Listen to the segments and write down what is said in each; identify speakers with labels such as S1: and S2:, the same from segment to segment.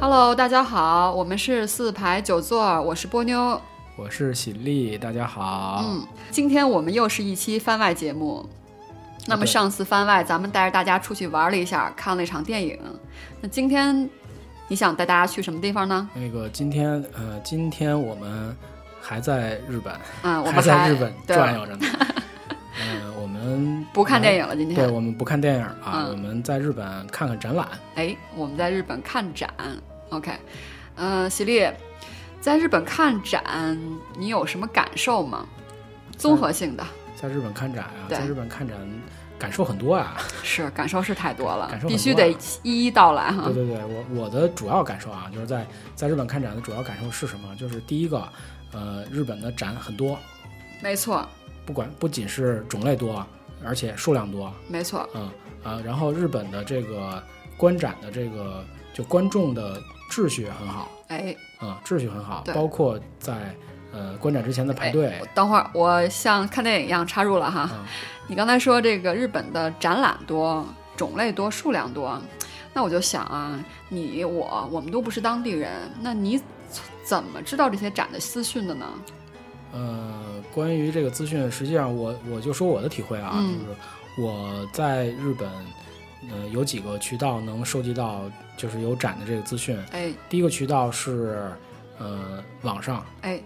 S1: Hello，大家好，我们是四排九座，我是波妞。
S2: 我是喜力，大家好。
S1: 嗯，今天我们又是一期番外节目。那么
S2: 对
S1: 上次番外，咱们带着大家出去玩了一下，看了一场电影。那今天你想带大家去什么地方呢？
S2: 那个今天呃，今天我们还在日本，
S1: 嗯，我们
S2: 啊还在日本
S1: 对
S2: 转悠着呢。嗯、我 们
S1: 不看电
S2: 影，
S1: 影了。今
S2: 对
S1: 天，
S2: 我们不看电影啊，
S1: 嗯
S2: 我们在日本看看展览。
S1: 哎，我们在日本看展。OK，呃，喜力，在日本看展，你有什么感受吗？综合性的，
S2: 在日本看展啊，
S1: 对
S2: 在日本看展感受很多 啊。
S1: 是感受是太多了，
S2: 感受很多啊
S1: 必须得一一道来哈
S2: 对。对对，我我的主要感受啊，就是在在日本看展的主要感受是什么？就是第一个，呃，日本的展很多，
S1: 没错，
S2: 不管不仅是种类多，而且数量多，
S1: 没错，
S2: 嗯啊，然后日本的这个观展的这个就观众的秩序很好
S1: 哎，
S2: 啊、秩序很好
S1: 对，哎
S2: 包括在呃观展之前的排队，
S1: 等会儿我像看电影一样插入了哈。
S2: 嗯
S1: 你刚才说这个日本的展览多、种类多、数量多，那我就想啊，你我我们都不是当地人，那你怎么知道这些展的资讯的呢？
S2: 呃，关于这个资讯，实际上我我就说我的体会啊，
S1: 嗯
S2: 就是我在日本，呃，有几个渠道能收集到就是有展的这个资讯。
S1: 哎
S2: 第一个渠道是呃网上，
S1: 哎，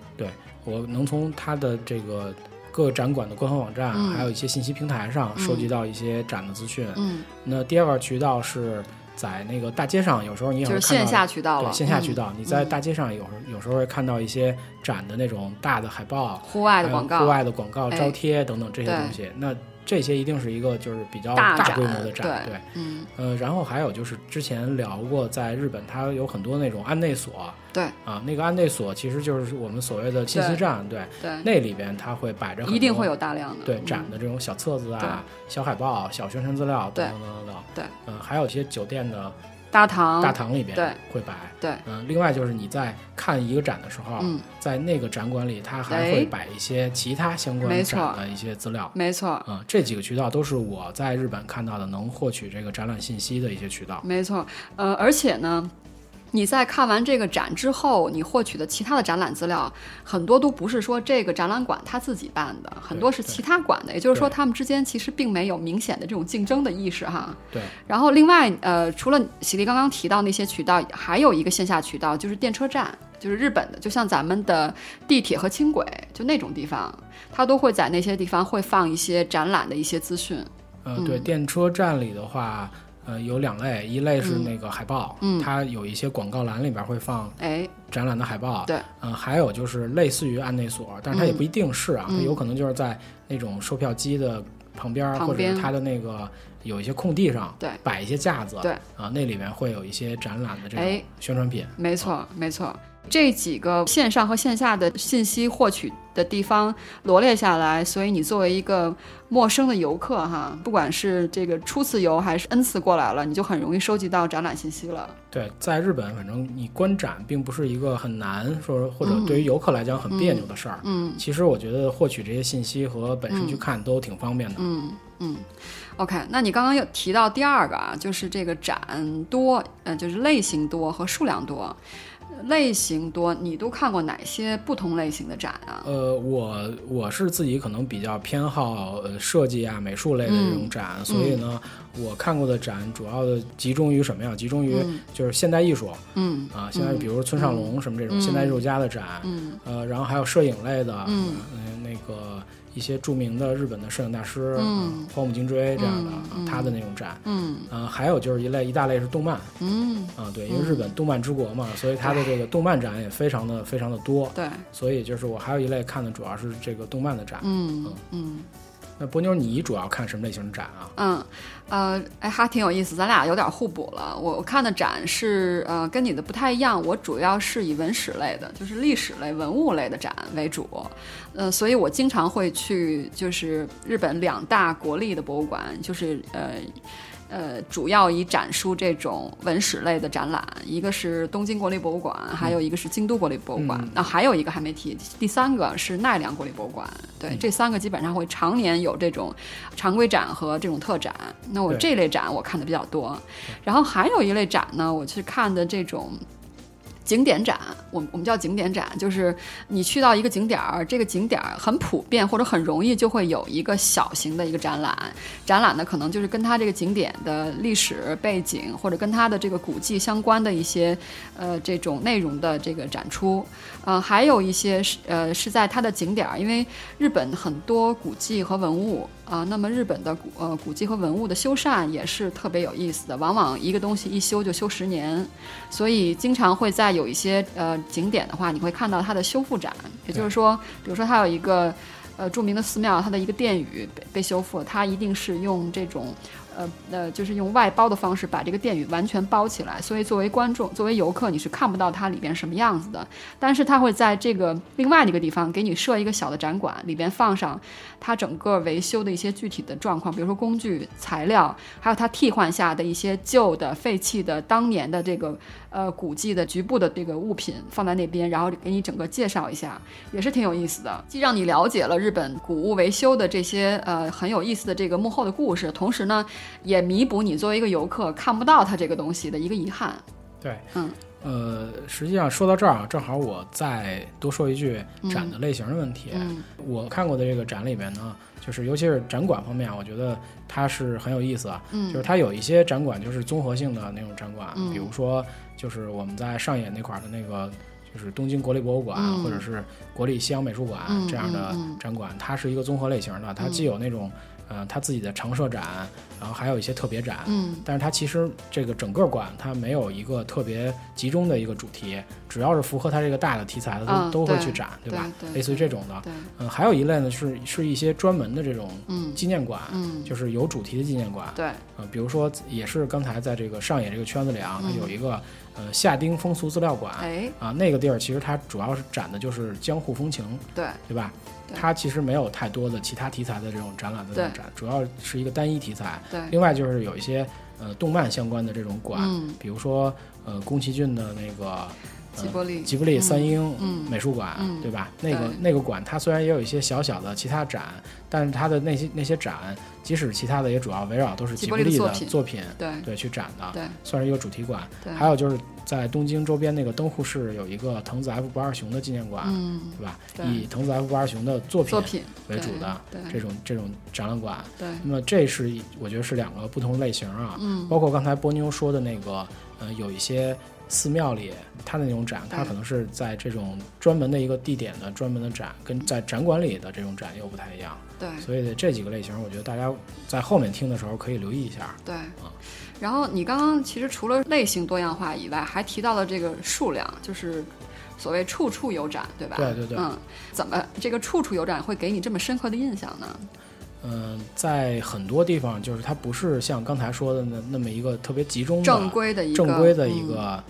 S2: 我能从它的这个各展馆的官方网站，
S1: 嗯
S2: 还有一些信息平台上收
S1: 嗯
S2: 集到一些展的资讯。
S1: 嗯，
S2: 那第二个渠道是在那个大街上，有时候你也
S1: 就
S2: 会
S1: 是
S2: 看到
S1: 线下渠道了，
S2: 对线下渠
S1: 嗯
S2: 道，你在大街上有时候有时候会看到一些展的那种大的海报、
S1: 嗯户外的
S2: 还有
S1: 广告，
S2: 户外的广告、
S1: 哎
S2: 招贴等等这些
S1: 对
S2: 东西。那这些一定是一个就是比较
S1: 大
S2: 大规模的展，
S1: 对
S2: 对。
S1: 嗯，
S2: 呃，然后还有就是之前聊过，在日本它有很多那种案内所
S1: 对
S2: 啊，那个案内所其实就是我们所谓的信息
S1: 对
S2: 站，对，
S1: 对，
S2: 那里边它会摆着很
S1: 一定
S2: 多
S1: 会有大量的
S2: 对
S1: 嗯
S2: 展的这种小册子啊、小海报、小宣传资料等等等等等。
S1: 对
S2: 嗯、还有一些酒店的
S1: 嗯大堂，
S2: 大堂里边
S1: 对
S2: 会摆。
S1: 对，
S2: 嗯、另外就是你在看一个展的时候，
S1: 嗯，
S2: 在那个展馆里，它还
S1: 哎
S2: 会摆一些其他相
S1: 没
S2: 关
S1: 错
S2: 展的一些资料。
S1: 没错，
S2: 嗯、这几个渠道都是我在日本看到的能获取这个展览信息的一些渠道。
S1: 没错，呃，而且呢，你在看完这个展之后，你获取的其他的展览资料，很多都不是说这个展览馆它自己办的，很多是
S2: 对
S1: 其他馆的，也就是说，
S2: 对
S1: 他们之间其实并没有明显的这种竞争的意识哈。
S2: 对。
S1: 然后，另外，呃，除了喜力刚刚提到那些渠道，还有一个线下渠道就是电车站。就是日本的，就像咱们的地铁和轻轨，就那种地方，它都会在那些地方会放一些展览的一些资讯。嗯
S2: 呃，对，电车站里的话，呃，有两类，一类是那个海报，
S1: 嗯
S2: 它有一些广告栏里边会放
S1: 哎，
S2: 展览的海报，
S1: 对，
S2: 嗯、还有就是类似于案内所，但是它也不一定是啊，
S1: 嗯
S2: 它有可能就是在那种售票机的旁边儿，
S1: 旁
S2: 或者
S1: 边
S2: 是它的那个有一些空地上，
S1: 对
S2: 摆一些架子，
S1: 对
S2: 啊、那里面会有一些展览的这
S1: 哎
S2: 种宣传品，
S1: 没错，没错。这几个线上和线下的信息获取的地方罗列下来，所以你作为一个陌生的游客哈，不管是这个初次游还是 n 次过来了，你就很容易收集到展览信息了。
S2: 对，在日本，反正你观展并不是一个很难说，或者
S1: 嗯
S2: 对于游客来讲很别扭的事儿。
S1: 嗯
S2: 其实我觉得获取这些信息和本身去
S1: 嗯
S2: 看都挺方便的。
S1: 嗯嗯，OK，那你刚刚又提到第二个啊，就是这个展多，呃，就是类型多和数量多。类型多，你都看过哪些不同类型的展啊？
S2: 呃，我我是自己可能比较偏好呃设计啊、美术类的这
S1: 嗯
S2: 种展，所以呢，我看过的展主要的集中于什么呀？集中于
S1: 嗯
S2: 就是现代艺术
S1: 嗯
S2: 啊，现在比如村上隆什么这种
S1: 嗯
S2: 现代艺术家的展，
S1: 嗯
S2: 呃，然后还有摄影类的，
S1: 嗯
S2: 呃那个一些著名的日本的摄影大师，呃
S1: 嗯
S2: 荒木经惟这样的、啊
S1: 嗯嗯
S2: 他的那种展。
S1: 嗯
S2: 呃，还有就是一类一大类是动漫
S1: 嗯，
S2: 啊，对，因为日本动漫之国嘛，所以它的这个动漫展也非常的非常的多，
S1: 对，
S2: 所以就是我还有一类看的主要是这个动漫的展。
S1: 嗯嗯。
S2: 那波妞，你主要看什么类型的展啊？
S1: 嗯，呃，哎，还挺有意思，咱俩有点互补了。我我看的展是呃跟你的不太一样，我主要是以文史类的，就是历史类、文物类的展为主。呃，所以我经常会去就是日本两大国立的博物馆，就是呃。呃，主要以展出这种文史类的展览，一个是东京国立博物馆，还有一个是京都国立博物馆
S2: 嗯，
S1: 那、还有一个还没提，第三个是奈良国立博物馆。对，这三个基本上会常年有这种常规展和这种特展。那我
S2: 对
S1: 这类展我看的比较多，然后还有一类展呢，我去看的这种。景点展，我们我们叫景点展，就是你去到一个景点儿，这个景点儿很普遍或者很容易就会有一个小型的一个展览，展览呢可能就是跟它这个景点的历史背景或者跟它的这个古迹相关的一些呃这种内容的这个展出，呃，还有一些是呃是在它的景点儿，因为日本很多古迹和文物。啊，那么日本的古呃古迹和文物的修缮也是特别有意思的，往往一个东西一修就修十年，所以经常会在有一些呃景点的话，你会看到它的修复展，也就是说，比如说它有一个呃著名的寺庙，它的一个殿宇被被修复，它一定是用这种呃呃就是用外包的方式把这个殿宇完全包起来，所以作为观众作为游客你是看不到它里边什么样子的，但是它会在这个另外的一个地方给你设一个小的展馆，里边放上。它整个维修的一些具体的状况，比如说工具、材料，还有它替换下的一些旧的、废弃的、当年的这个呃古迹的局部的这个物品放在那边，然后给你整个介绍一下，也是挺有意思的，既让你了解了日本古物维修的这些呃很有意思的这个幕后的故事，同时呢，也弥补你作为一个游客看不到它这个东西的一个遗憾。
S2: 对，
S1: 嗯，
S2: 呃，实际上说到这儿啊，正好我再多说一句展的类型的问题。
S1: 嗯
S2: 我看过的这个展里面呢，就是尤其是展馆方面啊，我觉得它是很有意思啊。
S1: 嗯
S2: 就是它有一些展馆就是综合性的那种展馆，啊
S1: 嗯
S2: 比如说就是我们在上野那块儿的那个。就是东京国立博物馆，啊
S1: 嗯
S2: 或者是国立西洋美术馆、啊
S1: 嗯
S2: 这样的
S1: 嗯嗯
S2: 展馆，它是一个综合类型的，它既有那种，呃，它自己的常设展，然后还有一些特别展，
S1: 嗯
S2: 但是它其实这个整个馆它没有一个特别集中的一个主题，只要是符合它这个大的题材的，都、
S1: 嗯
S2: 都会
S1: 对
S2: 去展，
S1: 对
S2: 吧？
S1: 对
S2: 类似于这种的，
S1: 对，
S2: 嗯，还有一类呢是是一些专门的这种
S1: 嗯
S2: 纪念馆，
S1: 嗯，
S2: 就是有主题的纪念馆，
S1: 对，
S2: 呃，比如说也是刚才在这个上野这个圈子里啊，它
S1: 嗯
S2: 有一个呃夏町风俗资料馆，
S1: 哎，
S2: 啊，那个地儿其实它主要是展的就是江户风情，
S1: 对，
S2: 对吧？
S1: 对
S2: 它其实没有太多的其他题材的这种展览的这种
S1: 对
S2: 展，主要是一个单一题材。
S1: 对
S2: 另外就是有一些呃动漫相关的这种馆，
S1: 嗯
S2: 比如说呃宫崎骏的那个
S1: 吉卜力，
S2: 吉卜力三英
S1: 嗯
S2: 美术馆，
S1: 嗯
S2: 对吧？那个
S1: 对
S2: 那个馆它虽然也有一些小小的其他展，但是它的那些那些展，即使其他的也主要围绕都是
S1: 吉
S2: 吉
S1: 卜
S2: 卜
S1: 力的
S2: 力
S1: 作
S2: 的
S1: 品
S2: 作品，
S1: 对
S2: 对去展的，
S1: 对
S2: 算是一个主题馆。
S1: 对，
S2: 啊还有就是在东京周边那个登户市有一个藤子 F 不二雄的纪念馆，
S1: 嗯
S2: 对吧？
S1: 对
S2: 以藤子 F 不二雄的作
S1: 作
S2: 品
S1: 品
S2: 为主的
S1: 对对
S2: 这种这种展览馆。
S1: 对，
S2: 那么这是一我觉得是两个不同类型啊，
S1: 嗯
S2: 包括刚才波妞说的那个，呃，有一些寺庙里它的那种展，它可能是在这种专门的一个地点的专门的展，跟在展馆里的这种展又不太一样。
S1: 对。
S2: 所以这几个类型，我觉得大家在后面听的时候可以留意一下。
S1: 对，然后你刚刚其实除了类型多样化以外，还提到了这个数量，就是所谓处处有展，对吧？
S2: 对对对
S1: 嗯，怎么这个处处有展会给你这么深刻的印象呢？
S2: 嗯、在很多地方，就是它不是像刚才说的那那么一个特别集中的
S1: 正规的一个
S2: 正规的一啊
S1: 嗯
S2: 个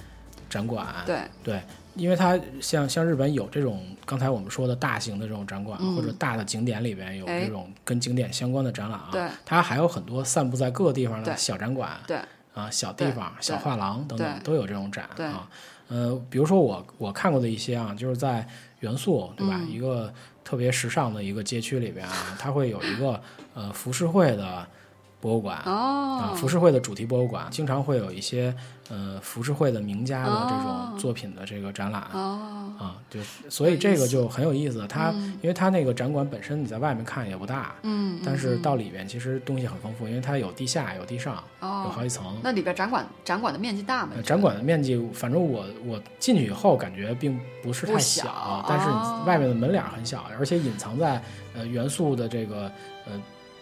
S2: 展馆，
S1: 对，
S2: 对，因为它像像日本有这种刚才我们说的大型的这种展馆、
S1: 嗯
S2: 或者大的景点里边有
S1: 哎
S2: 这种跟景点相关的展览啊，
S1: 对
S2: 它还有很多散布在各个地方
S1: 对
S2: 的小展馆，
S1: 对
S2: 啊小地方、
S1: 对
S2: 小画廊等等
S1: 对
S2: 都有这种展
S1: 对
S2: 啊。呃，比如说我我看过的一些啊，就是在元素对吧、
S1: 嗯
S2: 一个特别时尚的一个街区里边啊，它会有一个呃浮世绘的博物馆。啊，
S1: 哦，
S2: 浮世绘的主题博物馆经常会有一些呃浮世绘的名家的这
S1: 哦
S2: 种作品的这个展览、
S1: 哦，
S2: 啊，就所以这个就很有意思。它、因为它那个展馆本身你在外面看也不大，
S1: 嗯，
S2: 但是
S1: 嗯
S2: 到里面其实东西很丰富，因为它有地下有地上，有
S1: 哦，
S2: 好几层。
S1: 那里边展馆展馆的面积大吗？
S2: 呃
S1: 你觉得
S2: 展馆的面积，反正我我进去以后感觉并不是
S1: 不
S2: 太
S1: 小
S2: 小，但是
S1: 哦
S2: 你外面的门脸儿很小，而且隐藏在呃元素的这个呃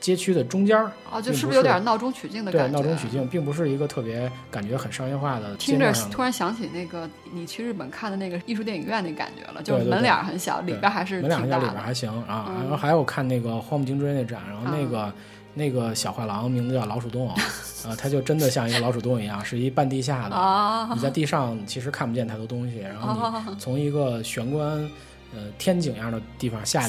S2: 街区的中间儿
S1: 哦，就
S2: 并
S1: 是
S2: 不
S1: 不是有点闹中取静的
S2: 对，
S1: 感觉？
S2: 闹中取。静，并不是一个特别感觉很商业化的街
S1: 听
S2: 面
S1: 着
S2: 上的
S1: 突然想起那个你去日本看的那个艺术电影院那感觉了，就
S2: 对
S1: 是
S2: 对
S1: 门
S2: 对
S1: 脸儿很小，里
S2: 对
S1: 边还是挺
S2: 门两个
S1: 大
S2: 家里边
S1: 的。
S2: 还行啊。
S1: 嗯
S2: 然后还有看那个荒木经追那展，然后那个、那个小画廊名字叫老 鼠洞，啊，它就真的像一个老鼠洞一样，是一半地下的。
S1: 啊，
S2: 你在地上其实看不见太多东西，然后
S1: 哦
S2: 你从一个玄关，呃天井样的地方下去，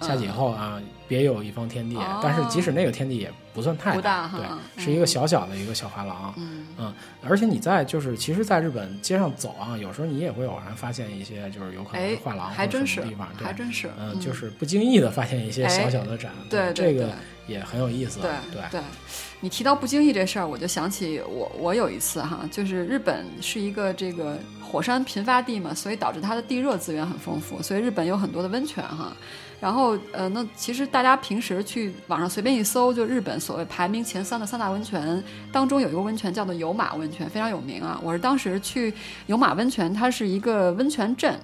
S1: 下
S2: 下
S1: 去
S2: 去以
S1: 嗯
S2: 后啊，别有一方天地。
S1: 哦
S2: 但是即使那个天地也不算太
S1: 不大哈
S2: 对，
S1: 嗯
S2: 是一个小小的一个小画廊。
S1: 嗯
S2: 嗯，而且你在就是，其实，在日本街上走啊，有时候你也会偶然发现一些，就是有可能
S1: 哎
S2: 是画廊
S1: 还
S2: 或者
S1: 真
S2: 什
S1: 是
S2: 么地方，，对
S1: 还，真是，
S2: 呃，就是不经意的发现一些小小的展，
S1: 对对
S2: 这
S1: 对
S2: 个也很有意思，
S1: 对
S2: 对
S1: 对，你提到不经意这事儿，我就想起我我有一次哈，就是日本是一个这个火山频发地嘛，所以导致它的地热资源很丰富，所以日本有很多的温泉哈。然后呃，那其实大家平时去网上随便一搜，就日本所谓排名前三的三大温泉当中有一个温泉叫做有马温泉，非常有名啊。我是当时去有马温泉，它是一个温泉镇，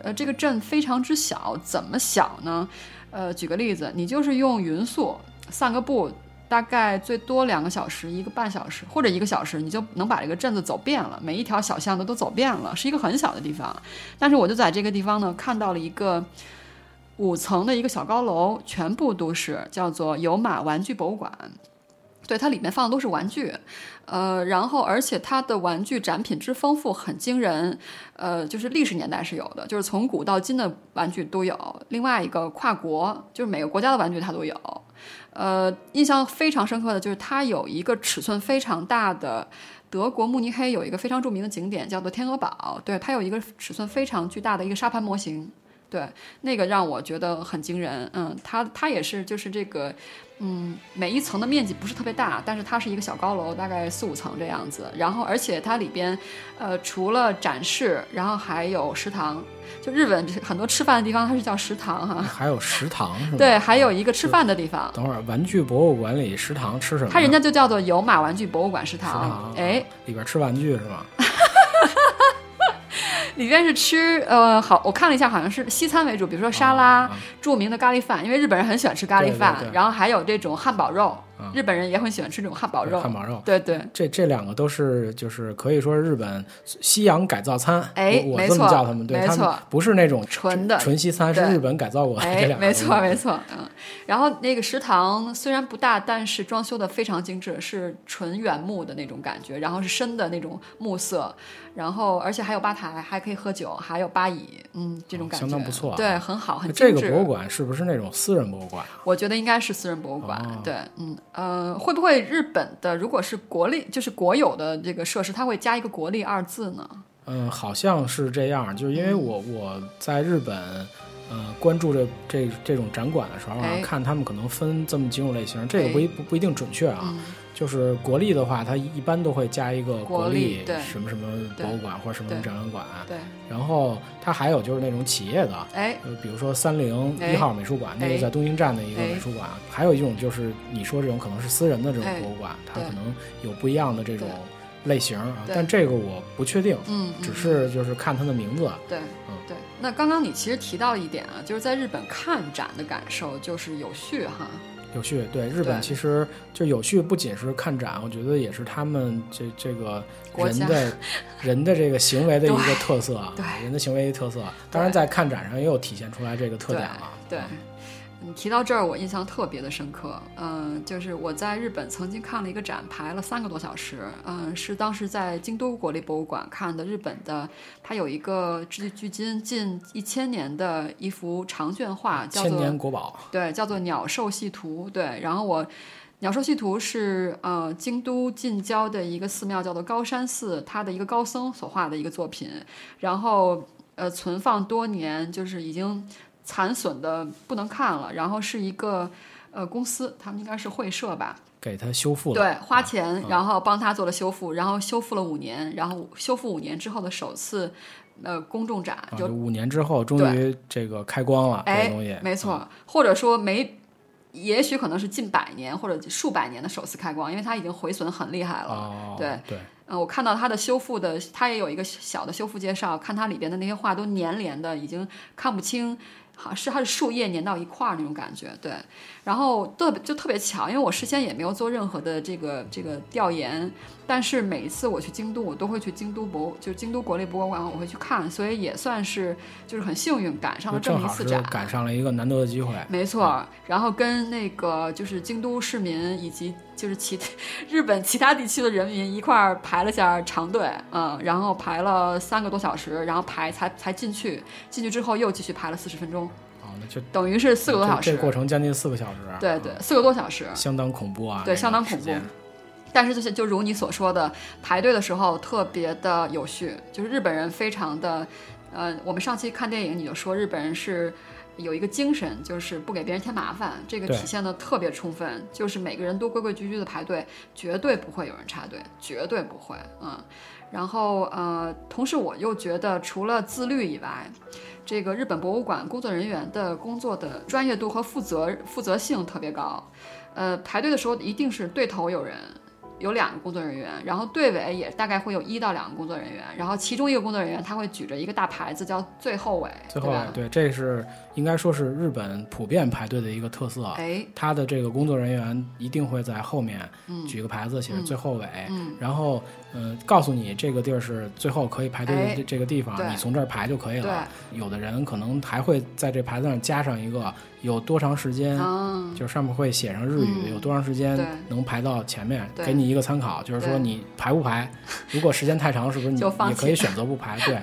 S1: 呃，这个镇非常之小，怎么小呢？呃，举个例子，你就是用匀速散个步，大概最多两个小时、一个半小时或者一个小时，你就能把这个镇子走遍了，每一条小巷子都走遍了，是一个很小的地方。但是我就在这个地方呢，看到了一个五层的一个小高楼，全部都是叫做有马玩具博物馆。对，它里面放的都是玩具，呃，然后而且它的玩具展品之丰富很惊人，呃，就是历史年代是有的，就是从古到今的玩具都有。另外一个跨国，就是每个国家的玩具它都有。呃，印象非常深刻的就是它有一个尺寸非常大的德国慕尼黑有一个非常著名的景点叫做天鹅堡，对，它有一个尺寸非常巨大的一个沙盘模型，对，那个让我觉得很惊人。嗯，它它也是就是这个。嗯，每一层的面积不是特别大，但是它是一个小高楼，大概四五层这样子。然后，而且它里边，呃，除了展示，然后还有食堂。就日本这很多吃饭的地方，它是叫食堂哈、
S2: 还有食堂是吧？
S1: 对，还有一个吃饭的地方，
S2: 等会儿玩具博物馆里食堂吃什么呢？
S1: 它人家就叫做有马玩具博物馆食
S2: 食堂
S1: 堂。哎，
S2: 里边吃玩具是吗？
S1: 里边是吃呃，好，我看了一下，好像是西餐为主，比如说沙拉，
S2: 啊
S1: 著名的咖喱饭，因为日本人很喜欢吃咖喱饭，
S2: 对对对
S1: 然后还有这种汉堡肉，
S2: 啊
S1: 日本人也很喜欢吃这种汉堡肉。
S2: 汉堡肉。
S1: 对对，
S2: 这这两个都是就是可以说是日本西洋改造餐，
S1: 哎
S2: 我
S1: 没
S2: 我这
S1: 错
S2: 么叫他们，对
S1: 没
S2: 他们
S1: 错
S2: 不是那种
S1: 纯的
S2: 纯西餐，是
S1: 对
S2: 日本改造过的这
S1: 哎，
S2: 两个
S1: 没
S2: 东西。
S1: 错没错，嗯。然后那个食堂虽然不大，但是装修的非常精致，是纯原木的那种感觉，然后是深的那种木色，然后而且还有吧台，还可以喝酒，还有吧椅，嗯，这种
S2: 哦
S1: 感觉、
S2: 相当不错啊
S1: 对，很好，很精
S2: 这
S1: 致。
S2: 个博物馆是不是那种私人博物馆？
S1: 我觉得应该是私人博物馆，
S2: 哦
S1: 对，嗯，呃，会不会日本的如果是国立，就是国有的这个设施，它会加一个“国立”二字呢？
S2: 嗯，好像是这样。就是因
S1: 嗯
S2: 为我我在日本，呃，关注这这这种展馆的时候啊
S1: 哎，
S2: 看他们可能分这么几种类型，这个
S1: 哎
S2: 不一不不一定准确啊。
S1: 嗯，
S2: 就是国立的话，它一般都会加一个
S1: 国立
S2: 立
S1: 对
S2: 什么什么博物馆或者什么什么
S1: 对
S2: 展览馆，啊
S1: 对，
S2: 然后它还有就是那种企业的。
S1: 哎，
S2: 呃，比如说三零
S1: 哎
S2: 一号美术馆，那
S1: 哎
S2: 个在东京站的一个
S1: 哎
S2: 美术馆，还有一种就是你说这种可能是私人的这种
S1: 哎
S2: 博物馆，它
S1: 对
S2: 可能有不一样的这种类型啊，
S1: 对
S2: 但这个我不确定，
S1: 嗯，嗯
S2: 只是就是看它的名字，
S1: 对，对。那刚刚你其实提到了一点啊，就是在日本看展的感受就是有序哈，
S2: 有序。对，日
S1: 对
S2: 本其实就有序，不仅是看展，我觉得也是他们这这个
S1: 国
S2: 人
S1: 家
S2: 的人的这个行为的一个
S1: 对
S2: 特色啊，
S1: 对
S2: 人的行为的特色。啊当然，在看展上也有体现出来这个特点了。
S1: 对。啊对
S2: 嗯
S1: 你提到这儿，我印象特别的深刻。嗯、就是我在日本曾经看了一个展，排了三个多小时。嗯、是当时在京都国立博物馆看的日本的，它有一个至距今近一千年的一幅长卷画，叫
S2: 啊千
S1: 做
S2: 年国宝，
S1: 对，叫做《鸟兽戏图》。对，然后我《鸟兽戏图是》呃京都近郊的一个寺庙，叫做高山寺，它的一个高僧所画的一个作品，然后呃存放多年，就是已经残损的不能看了。然后是一个呃公司，他们应该是会社吧，
S2: 给它修复了。啊嗯
S1: 对，花钱，然后帮他做了修复，然后修复了五年，然后修复五年之后的首次呃公众展，
S2: 啊，
S1: 就
S2: 就五年之后，终于这个开光了，这个
S1: 哎
S2: 东西，，
S1: 没错，或者说没，也许可能是近百年或者数百年的首次开光，因为它已经毁损很厉害了。
S2: 哦，
S1: 对
S2: 对，
S1: 嗯，我看到它的修复的，它也有一个小的修复介绍，看它里边的那些画都粘连的，已经看不清，好是它的树叶粘到一块儿那种感觉。对，然后特别就特别巧，因为我事先也没有做任何的这个这个调研，但是每一次我去京都，我都会去京都博，就是京都国立博物馆，我会去看，所以也算是就是很幸运赶上了
S2: 就
S1: 这
S2: 正
S1: 么一
S2: 好
S1: 次
S2: 是
S1: 展，啊
S2: 赶上了一个难得的机会。啊
S1: 没错，然后跟那个就是京都市民以及就是其日本其他地区的人民一块儿排了下长队，嗯，然后排了三个多小时，然后排才才进去，进去之后又继续排了四十分钟，
S2: 哦，那就
S1: 等于是四个多小
S2: 这
S1: 时
S2: 这，过程将近四个小时。啊
S1: 对对，四个多小时，
S2: 相当恐怖啊！
S1: 对
S2: 这个
S1: 相当恐怖
S2: 时间
S1: 但是就是就如你所说的，排队的时候特别的有序，就是日本人非常的，呃，我们上期看电影你就说日本人是有一个精神，就是不给别人添麻烦，这个
S2: 对
S1: 体现的特别充分，就是每个人都规规矩矩的排队，绝对不会有人插队，绝对不会，嗯。然后呃，同时我又觉得除了自律以外，这个日本博物馆工作人员的工作的专业度和负责负责性特别高。呃，排队的时候一定是对头有人。有两个工作人员，然后队尾也大概会有一到两个工作人员，然后其中一个工作人员他会举着一个大牌子叫“最后尾”，
S2: 最后
S1: 对
S2: 啊
S1: 吧？
S2: 对，这是应该说是日本普遍排队的一个特色。啊
S1: 哎，
S2: 他的这个工作人员一定会在后面
S1: 嗯
S2: 举个牌子，写着最后尾，然后呃告诉你这个地儿是最后可以排队的
S1: 哎
S2: 这这个地方，
S1: 对
S2: 你从这儿排就可以了。有的人可能还会在这牌子上加上一个有多长时间，
S1: 嗯，
S2: 就上面会写上日语，
S1: 嗯
S2: 有多长时间
S1: 对
S2: 能排到前面，
S1: 对
S2: 给你一个参考，就是说
S1: 对
S2: 你排不排，如果时间太长，是不是你
S1: 就放
S2: 你
S1: 弃
S2: 可以选择不排？对，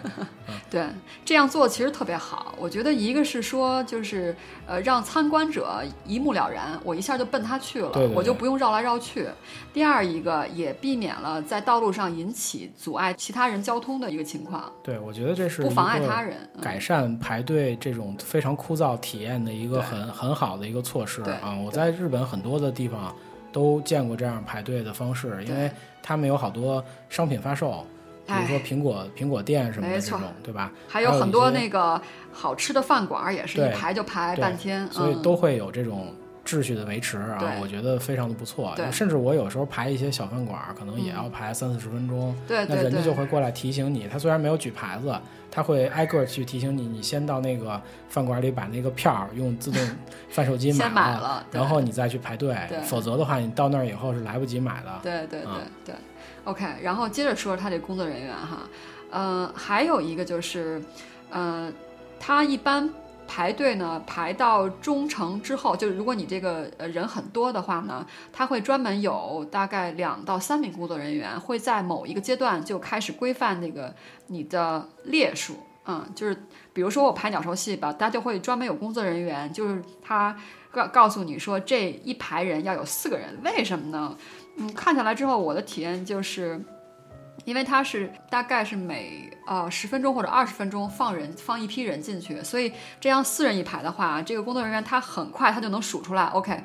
S1: 对，这样做其实特别好。我觉得一个是说，就是呃，让参观者一目了然，我一下就奔他去了，
S2: 对对对
S1: 我就不用绕来绕去。第二一个也避免了在道路上引起阻碍其他人交通的一个情况，
S2: 对，我觉得这 是
S1: 不
S2: 一
S1: 妨碍
S2: 个
S1: 他人。嗯
S2: 改善排队这种非常枯燥体验的一个
S1: 对
S2: 很很好的一个措施
S1: 对
S2: 啊！我在日本很多的地方都见过这样排队的方式，因为
S1: 对
S2: 他们有好多商品发售，比如说
S1: 哎，
S2: 苹果苹果店什么的
S1: 没
S2: 这
S1: 错
S2: 种，对吧？
S1: 还
S2: 还有
S1: 有
S2: 一
S1: 很多
S2: 些
S1: 那个好吃的饭馆儿也是一
S2: 对
S1: 排就排
S2: 对
S1: 半天，
S2: 所以
S1: 嗯
S2: 都会有这种秩序的维持啊
S1: 对，
S2: 我觉得非常的不错。
S1: 对嗯
S2: 甚至我有时候排一些小饭馆儿，可能也要排三四十分钟，
S1: 对
S2: 那
S1: 对
S2: 人家就
S1: 对，
S2: 会过来提醒你。他虽然没有举牌子，他会挨个儿去提醒你，你先到那个饭馆里把那个票儿用自 动贩售机买
S1: 先买了对
S2: 然后你再去排队
S1: 对，
S2: 否则的话你到那儿以后是来不及买的。
S1: 对对对
S2: 嗯
S1: 对，OK。然后接着说他这工作人员哈，呃，还有一个就是，呃，他一般排队呢排到中程之后，就是如果你这个呃人很多的话呢，他会专门有大概两到三名工作人员会在某一个阶段就开始规范那个你的列数。嗯，就是比如说我排鸟兽戏吧，他就会专门有工作人员，就是他告告诉你说这一排人要有四个人，为什么呢？嗯，看下来之后，我的体验就是，因为它是大概是每呃十分钟或者二十分钟放人放一批人进去，所以这样四人一排的话，这个工作人员他很快他就能数出来，OK，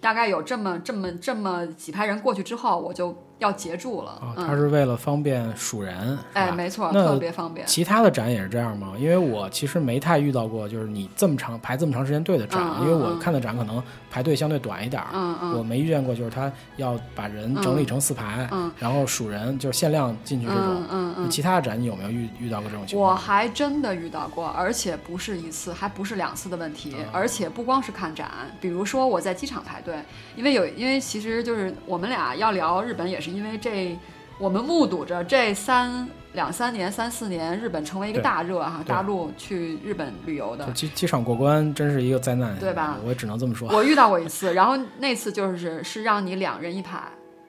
S1: 大概有这么这么这么几排人过去之后，我就要截住了。
S2: 啊，他
S1: 嗯，
S2: 是为了方便数人，是吧
S1: 哎，没错，
S2: 那
S1: 特别方便。
S2: 其他的展也是这样吗？因为我其实没太遇到过，就是你这么长排这么长时间队的展，
S1: 嗯嗯
S2: 因为我看的展可能排队相对短一点儿，
S1: 嗯
S2: 我
S1: 嗯
S2: 没遇见过就是他要把人整理成四排，
S1: 嗯
S2: 然后数人就是限量进去这种
S1: 嗯。嗯嗯，
S2: 其他的展你有没有遇遇到过这种情
S1: 我
S2: 况？
S1: 还真的遇到过，而且不是一次，还不是两次的问题，
S2: 嗯
S1: 而且不光是看展，比如说我在机场排队，因为有，因为其实就是我们俩要聊日本，也是因为这，我们目睹着这三两三年、三四年，日本成为一个
S2: 对
S1: 大热哈，
S2: 对
S1: 大陆去日本旅游的
S2: 就，机机场过关真是一个灾难，
S1: 对吧
S2: 我也只能这么说
S1: 我遇到过一次，然后那次就是是让你两人一排，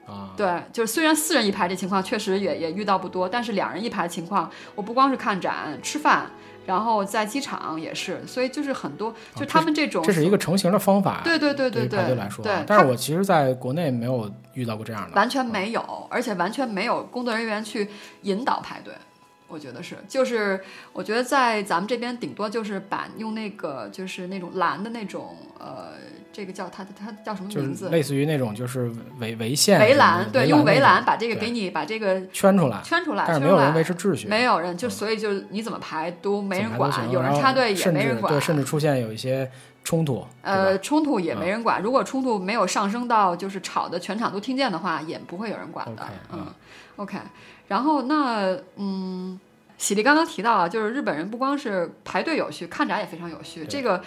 S2: 啊。
S1: 对，就是虽然四人一排这情况确实也也遇到不多，但是两人一排情况，我不光是看展、吃饭，然后在机场也是，所以就是很多，就他们这种，
S2: 啊这是一个成型的方法，
S1: 对对对对
S2: 对于
S1: 对
S2: 排队来说
S1: 对
S2: 啊。，但是
S1: 他
S2: 我其实在国内没有遇到过这样的，
S1: 完全没有，而且完全没有工作人员去引导排队。我觉得是，就是我觉得在咱们这边顶多就是把用那个就是那种蓝的那种呃，这个叫它它它叫什么
S2: 就
S1: 名
S2: 是
S1: 字？
S2: 类似于那种就是围围线什么的、
S1: 围栏，对，用围
S2: 那种
S1: 栏把这个
S2: 对
S1: 给你把这个
S2: 圈出来，
S1: 圈出来，
S2: 但是
S1: 圈
S2: 没
S1: 出
S2: 有人
S1: 来
S2: 维持秩序，
S1: 没有人，就
S2: 嗯
S1: 所以就是你怎么排都没人
S2: 怎么排都
S1: 管，
S2: 行
S1: 有人
S2: 然后
S1: 插队也
S2: 甚
S1: 没
S2: 至
S1: 人管
S2: 对，，甚至出现有一些冲突，对吧嗯
S1: 呃，，冲突也没人管。如果冲突没有上升到就是吵的全场都听见的话，也不会有人管的
S2: OK，。嗯
S1: 嗯，OK。然后那嗯，喜力刚刚提到啊，就是日本人不光是排队有序，看展也非常有序。
S2: 对
S1: 这个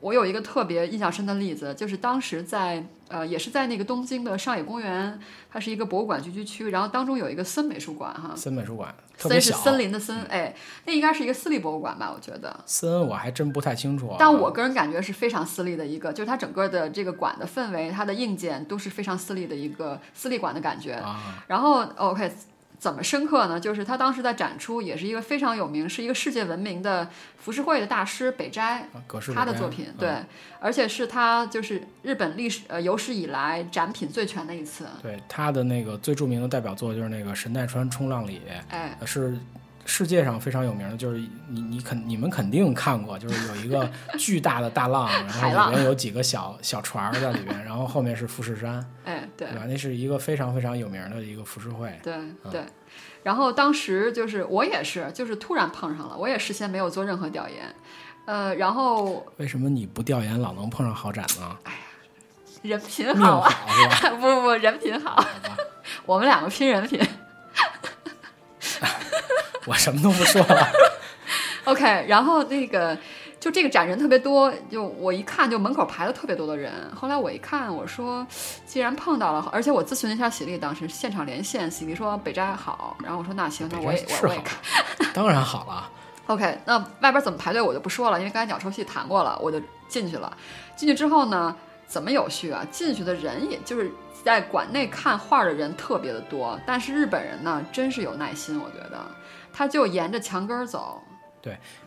S1: 我有一个特别印象深的例子，就是当时在呃，也是在那个东京的上野公园，它是一个博物馆聚居区，然后当中有一个森美术馆哈。
S2: 森美术馆特别
S1: 呃森是
S2: 小，
S1: 森林的森，哎，那应该是一个私立博物馆吧？我觉得，
S2: 森我还真不太清楚啊，
S1: 但我个人感觉是非常私立的一个，就是它整个的这个馆的氛围，它的硬件都是非常私立的一个私立馆的感觉。
S2: 啊，
S1: 然后哦 OK，怎么深刻呢？就是他当时在展出，也是一个非常有名，是一个世界闻名的浮世绘的大师北斋，
S2: 啊格式
S1: 他的
S2: 北
S1: 作
S2: 斋
S1: 品，
S2: 嗯
S1: 对，而且是他就是日本历史呃有史以来展品最全的一
S2: 啊
S1: 次，
S2: 对他的那个最著名的代表作就是那个《神奈川冲浪里》，
S1: 哎，
S2: 呃是世界上非常有名的，就是你你肯你们肯定看过，就是有一 个巨大的大浪，然
S1: 海
S2: 后
S1: 浪
S2: 里面有几个小小船儿在里边，然后后面是富士山，
S1: 哎，对
S2: 对啊吧？那是一个非常非常有名的一个浮世绘。
S1: 对对。然后当时就是我也是，就是突然碰上了，我也事先没有做任何调研，呃，然后
S2: 为什么你不调研老能碰上好展呢？
S1: 人品
S2: 命
S1: 好
S2: 好
S1: 啊，
S2: 是吧？
S1: 不不不，人品好，我们两个拼人品。
S2: 我什么都不说了。
S1: OK，然后那个就这个展人特别多，就我一看就门口排了特别多的人。后来我一看，我说既然碰到了，而且我咨询了一下喜力，当时现场连线，喜力说北斋好，然后我说那行，那我也
S2: 北斋是
S1: 我我也
S2: 好
S1: 看。
S2: 当然好了，
S1: OK，那外边怎么排队我就不说了，因为刚才鸟巢戏谈过了，我就进去了。进去之后呢，怎么有序啊？进去的人也就是在馆内看画的人特别的多，但是日本人呢，真是有耐心，我觉得他就沿着墙根儿走，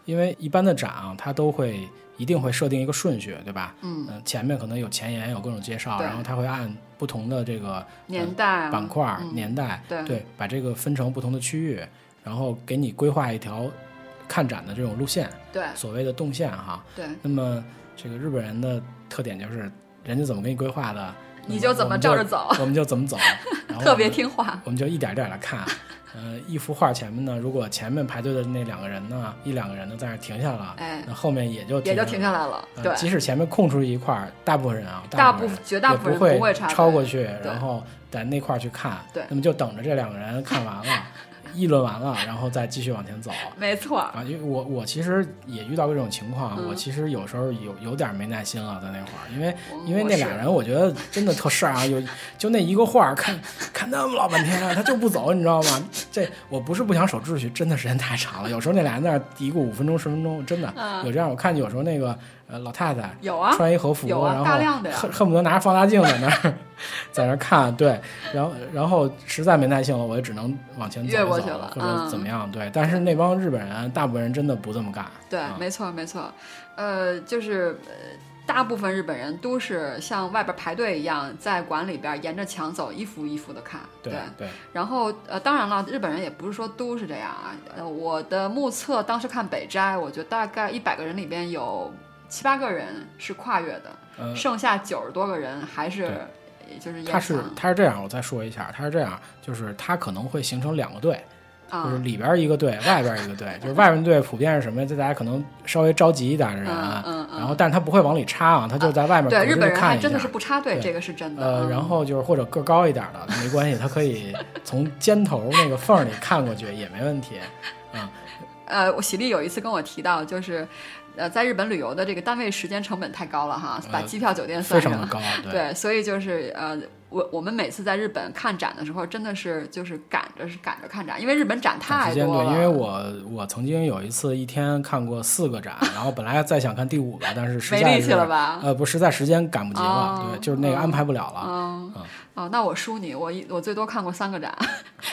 S2: 因为一般的展啊，它都会一定会设定一个顺序，对吧？
S1: 嗯
S2: 呃，前面可能有前言，有各种介绍，
S1: 对
S2: 然后它会按不同的这个
S1: 年代啊、
S2: 板块儿、
S1: 嗯
S2: 年代，
S1: 对
S2: 对，把这个分成不同的区域，然后给你规划一条看展的这种路线，
S1: 对
S2: 所谓的动线哈。
S1: 对，
S2: 那么这个日本人的特点就是，人家怎么给你规划的，那
S1: 你就怎么照着
S2: 我
S1: 走
S2: 们，就，我们就怎么走，然 后
S1: 特别
S2: 我们
S1: 听话。
S2: 我们就一点儿一点儿来看。 呃，一幅画前面呢，如果前面排队的那两个人呢，一两个人呢在那儿停下了，
S1: 哎
S2: 那后面也就
S1: 也就
S2: 停
S1: 停下
S2: 下了。
S1: 来了，
S2: 呃
S1: 对，
S2: 即使前面空出一块儿，大部分人啊，
S1: 大
S2: 部
S1: 部
S2: 分人
S1: 绝大部分人
S2: 也
S1: 不
S2: 会
S1: 会插队
S2: 超过去，
S1: 对
S2: 然后在那块儿去看。
S1: 对
S2: 那么就等着这两个人看完 了，议论完了，然后再继续往前走。
S1: 没错儿，
S2: 啊，因为我我其实也遇到过这种情况，
S1: 嗯
S2: 我其实有时候有有点没耐心了，在那会儿，因为
S1: 我
S2: 因为那俩人，我觉得真的特事儿啊，有就那一个画儿看看那么老半天，啊他就不走，你知道吗？这我不是不想守秩序，真的时间太长了，有时候那俩人在那儿嘀咕五分钟十分钟，真的
S1: 嗯
S2: 有这样，我看有时候那个呃老太太
S1: 有啊，
S2: 穿一和服，
S1: 有啊
S2: 然后
S1: 大量的呀
S2: 恨恨不得拿着放大镜在那儿 在那儿看，对，然后然后实在没耐性了，我就只能往前走一
S1: 越过
S2: 走
S1: 去了
S2: 或者
S1: 嗯
S2: 怎么样，对。但是那帮日本人，大部分人真的不这么干，
S1: 对，
S2: 啊
S1: 没错没错，呃，就是呃，大部分日本人都是像外边排队一样，在馆里边沿着墙走，一幅一幅的看，
S2: 对对，
S1: 然后呃，当然了，日本人也不是说都是这样啊。呃，我的目测，当时看北斋，我觉得大概一百个人里边有七八个人是跨越的，
S2: 嗯。
S1: 剩下九十多个人还是
S2: 对
S1: 呃就是
S2: 他
S1: 延
S2: 是
S1: 长
S2: 他是这样，我再说一下，他是这样，就是他可能会形成两个队，就是
S1: 啊，
S2: 里边一个队，外边一个队。就是外边队普遍是什么呀？就大家可能稍微着急一点的人，啊
S1: 嗯嗯嗯
S2: 然后但是他不会往里插啊，他就在外面
S1: 对，
S2: 隔
S1: 日本
S2: 着就
S1: 人还
S2: 看一
S1: 真
S2: 下
S1: 的是。不插队，
S2: 对
S1: 这个是真的。
S2: 呃，
S1: 嗯
S2: 然后就是或者个高一点的没关系，他可以从肩头那个缝里看过去也没 问题。
S1: 呃，我喜力有一次跟我提到，就是呃，在日本旅游的这个单位时间成本太高了哈，把
S2: 呃
S1: 机票、酒店
S2: 非
S1: 算上
S2: 常
S1: 了
S2: 的。高，对
S1: 对，所以就是呃，我我们每次在日本看展的时候，真的是就是赶着是赶着看展，因为日本展
S2: 赶
S1: 太
S2: 时间
S1: 多
S2: 对，
S1: 了。
S2: 因为我我曾经有一次一天看过四个展，然后本来再想看第五个，但是实
S1: 没
S2: 在
S1: 力气
S2: 是
S1: 了吧
S2: 呃，不，实在时间赶不及了，
S1: 啊哦
S2: 对，就是那个安排不了了。
S1: 嗯
S2: 嗯
S1: 哦，那我输你，我一我最多看过三个展，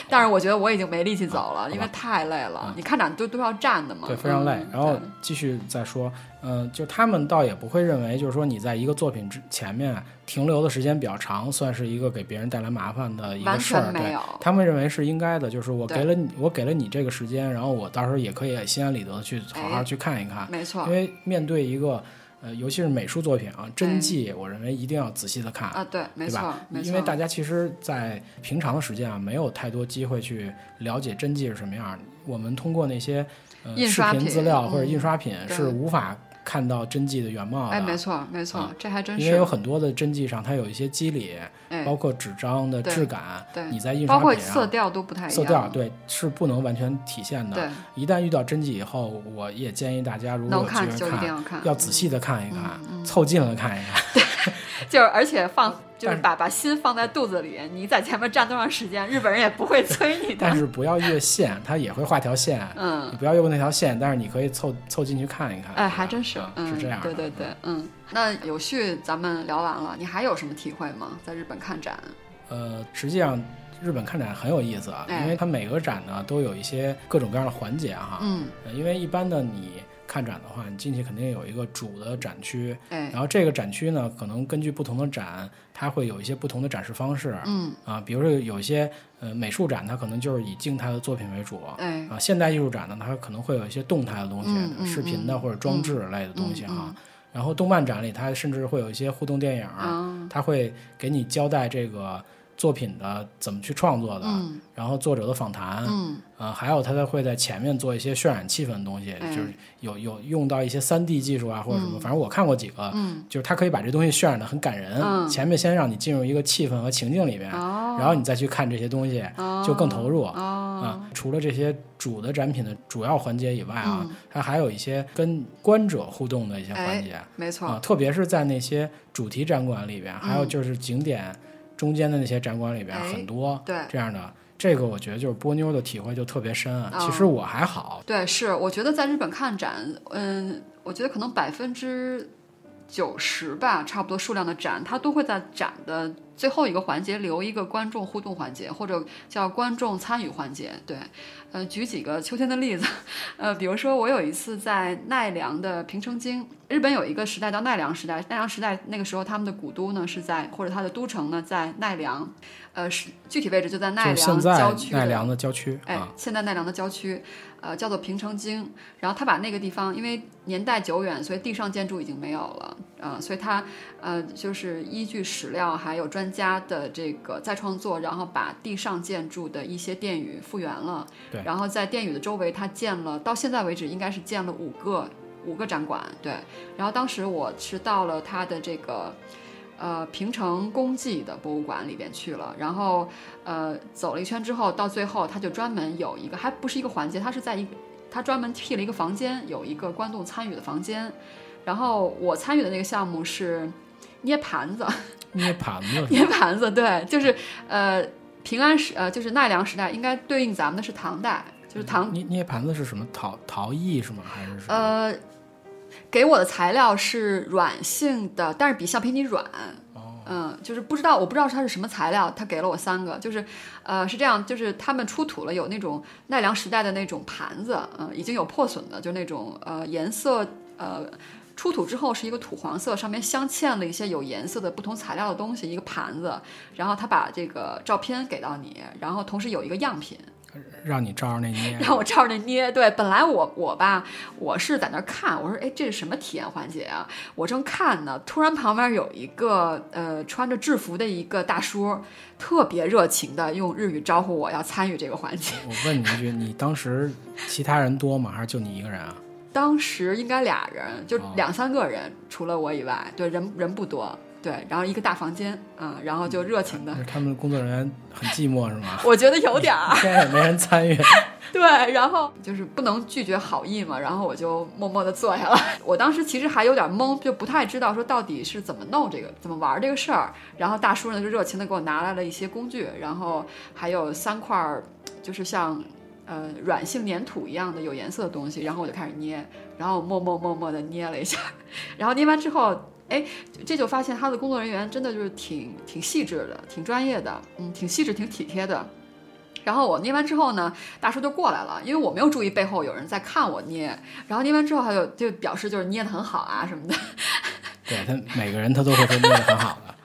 S1: 但是我觉得我已经没力气
S2: 啊
S1: 走了，因为太累了。你看展都都要站的嘛，
S2: 对，非常累
S1: 嗯。
S2: 然后继续再说，嗯、就他们倒也不会认为，就是说你在一个作品之前面停留的时间比较长，算是一个给别人带来麻烦的一
S1: 完
S2: 个事儿。
S1: 全没
S2: 对
S1: 有，
S2: 他们认为是应该的，就是我
S1: 对
S2: 给了你，我给了你这个时间，然后我到时候也可以心安理得的去好
S1: 哎
S2: 好去看一看，
S1: 没错
S2: 因为面对一个呃，尤其是美术作品啊，
S1: 哎
S2: 真迹，我认为一定要仔细的看。
S1: 啊，对，没
S2: 对
S1: 错
S2: 吧，？
S1: 没
S2: 因
S1: 错
S2: 为。大家其实，在平常的时间啊，没有太多机会去了解真迹是什么样儿。我们通过那些呃
S1: 印
S2: 视
S1: 刷
S2: 频
S1: 品
S2: 资料
S1: 嗯
S2: 或者印刷品，
S1: 对
S2: 是无法看到真迹的原貌的。
S1: 哎，没错，没错
S2: 啊，
S1: 这还真
S2: 因为有
S1: 是。
S2: 很多的真迹上，它有一些肌理，
S1: 哎，
S2: 包括纸张的
S1: 对
S2: 质感，
S1: 对
S2: 你在印刷
S1: 包括
S2: 品
S1: 色
S2: 上
S1: 调都不太一样。
S2: 色调对是不能完全体现的。
S1: 对，
S2: 一旦遇到真迹以后，我也建议大家如果
S1: 能
S2: 有
S1: 看
S2: 机
S1: 就
S2: 会
S1: 一定嗯
S2: 看，
S1: 要看，
S2: 要仔细的看一看，凑近了看一 看。
S1: 就是而且放就
S2: 但
S1: 是
S2: 是
S1: 把把心放在肚子里，你在前面站多长时间，日本人也不会催 你
S2: 但
S1: 的。
S2: 是不要越线，它也会画条线。
S1: 嗯
S2: 你，不要越过那条线，但是你可以凑凑进去看一看。
S1: 哎，
S2: 对吧
S1: 还真是
S2: 啊，
S1: 嗯，
S2: 是这样的。
S1: 对对对，嗯，那有序咱们聊完了，你还有什么体会吗？在日本看展，
S2: 呃，实际上日本看展很有意思啊，
S1: 哎
S2: 因为它每个展呢都有一些各种各样的环节哈、
S1: 嗯，
S2: 呃因为一般的你看展的话，你进去肯定有一个主的展区，
S1: 哎，
S2: 然后这个展区呢，可能根据不同的展，它会有一些不同的展示方式。嗯啊，比如说有一些呃美术展，它可能就是以静态的作品为主。
S1: 哎，
S2: 啊，现代艺术展呢，它可能会有一些动态的东西，
S1: 嗯嗯
S2: 视频的或者装置类的东西哈。然后动漫展里，它甚至会有一些互动电影，
S1: 啊，
S2: 它会给你交代这个作品的怎么去创作的，
S1: 嗯
S2: 然后作者的访谈，
S1: 嗯，
S2: 呃，还有它在会在前面做一些渲染气氛的东西，
S1: 哎
S2: 就是有有用到一些3 D 技术啊或者什么，反正我看过几个，
S1: 嗯
S2: 就是它可以把这东西渲染的很感人，
S1: 嗯
S2: 前面先让你进入一个气氛和情境里面，
S1: 哦
S2: 然后你再去看这些东西，就更投入。
S1: 哦，
S2: 啊、除了这些主的展品的主要环节以外啊，
S1: 嗯
S2: 它还有一些跟观者互动的一些环节、
S1: 没哎错，嗯
S2: 啊，特别是在那些主题展馆里边，还有就是景点中间的那些展馆里边，
S1: 哎
S2: 很多、
S1: 对。
S2: 这样的，这个我觉得就是波妞的体会就特别深啊。
S1: 哦
S2: 其实我还好，
S1: 对，是，我觉得在日本看展，嗯，我觉得可能百分之九十吧，差不多数量的展，它都会在展的最后一个环节留一个观众互动环节，或者叫观众参与环节。对，呃，举几个秋天的例子，呃，比如说我有一次在奈良的平城京，日本有一个时代叫奈良时代，奈良时代那个时候他们的古都呢是在，或者它的都城呢在奈良，呃，是具体位置就在奈
S2: 就是现
S1: 良
S2: 在
S1: 郊区
S2: 奈
S1: 的
S2: 良的 郊区
S1: 哎
S2: 啊，，
S1: 现在奈良的郊区，呃，叫做平城京。然后他把那个地方，因为年代久远，所以地上建筑已经没有了，呃，所以他呃就是依据史料还有专家的这个再创作，然后把地上建筑的一些殿宇复原了。
S2: 对
S1: 然后在殿宇的周围，他建了到现在为止应该是建了五个五个展馆。对，然后当时我是到了他的这个。呃，平城公祭的博物馆里边去了，然后呃，走了一圈之后，到最后他就专门有一个，还不是一个环节，他是在一个，他专门辟了一个房间，有一个观众参与的房间。然后我参与的那个项目是捏盘子，
S2: 捏盘子
S1: 捏盘子，对，就是呃，平安时呃，就是奈良时代，应该对应咱们的是唐代，就是唐
S2: 捏捏盘子是什么陶陶艺是吗？还是什么？
S1: 呃，给我的材料是软性的，但是比橡皮泥软。
S2: 哦
S1: 嗯，就是不知道，我不知道它是什么材料，他给了我三个，就是，呃，是这样，就是他们出土了有那种奈良时代的那种盘子，嗯、已经有破损的，就那种呃颜色呃出土之后是一个土黄色，上面镶嵌了一些有颜色的不同材料的东西，一个盘子，然后他把这个照片给到你，然后同时有一个样品，
S2: 让你照着那捏，
S1: 让我照着捏。对，本来我我吧，我是在那儿看，我说，哎，这是什么体验环节啊？我正看呢，突然旁边有一个呃穿着制服的一个大叔，特别热情的用日语招呼我要参与这个环节。
S2: 我问你一句，你当时其他人多吗？还是就你一个人啊？
S1: 当时应该俩人，就
S2: 哦
S1: 两三个人，除了我以外，对，人人不多。对，然后一个大房间，嗯，然后就热情的
S2: 就，是他们工作人员很寂寞是吗？
S1: 我觉得有点儿。
S2: 一天也没人参与，
S1: 对，然后就是不能拒绝好意嘛，然后我就默默的坐下了。 我当时其实还有点懵，就不太知道说到底是怎么弄这个、怎么玩这个事儿。然后大叔呢就热情的给我拿来了一些工具，然后还有三块儿，就是像呃软性粘土一样的有颜色的东西，然后我就开始捏，然后我默默默默的捏了一下， 然后捏完之后。哎，这就发现他的工作人员真的就是挺挺细致的，挺专业的，嗯，挺细致，挺体贴的。然后我捏完之后呢，大叔就过来了，因为我没有注意背后有人在看我捏，然后捏完之后他就就表示就是捏得很好啊什么的。
S2: 对他每个人他都会说捏的很好的。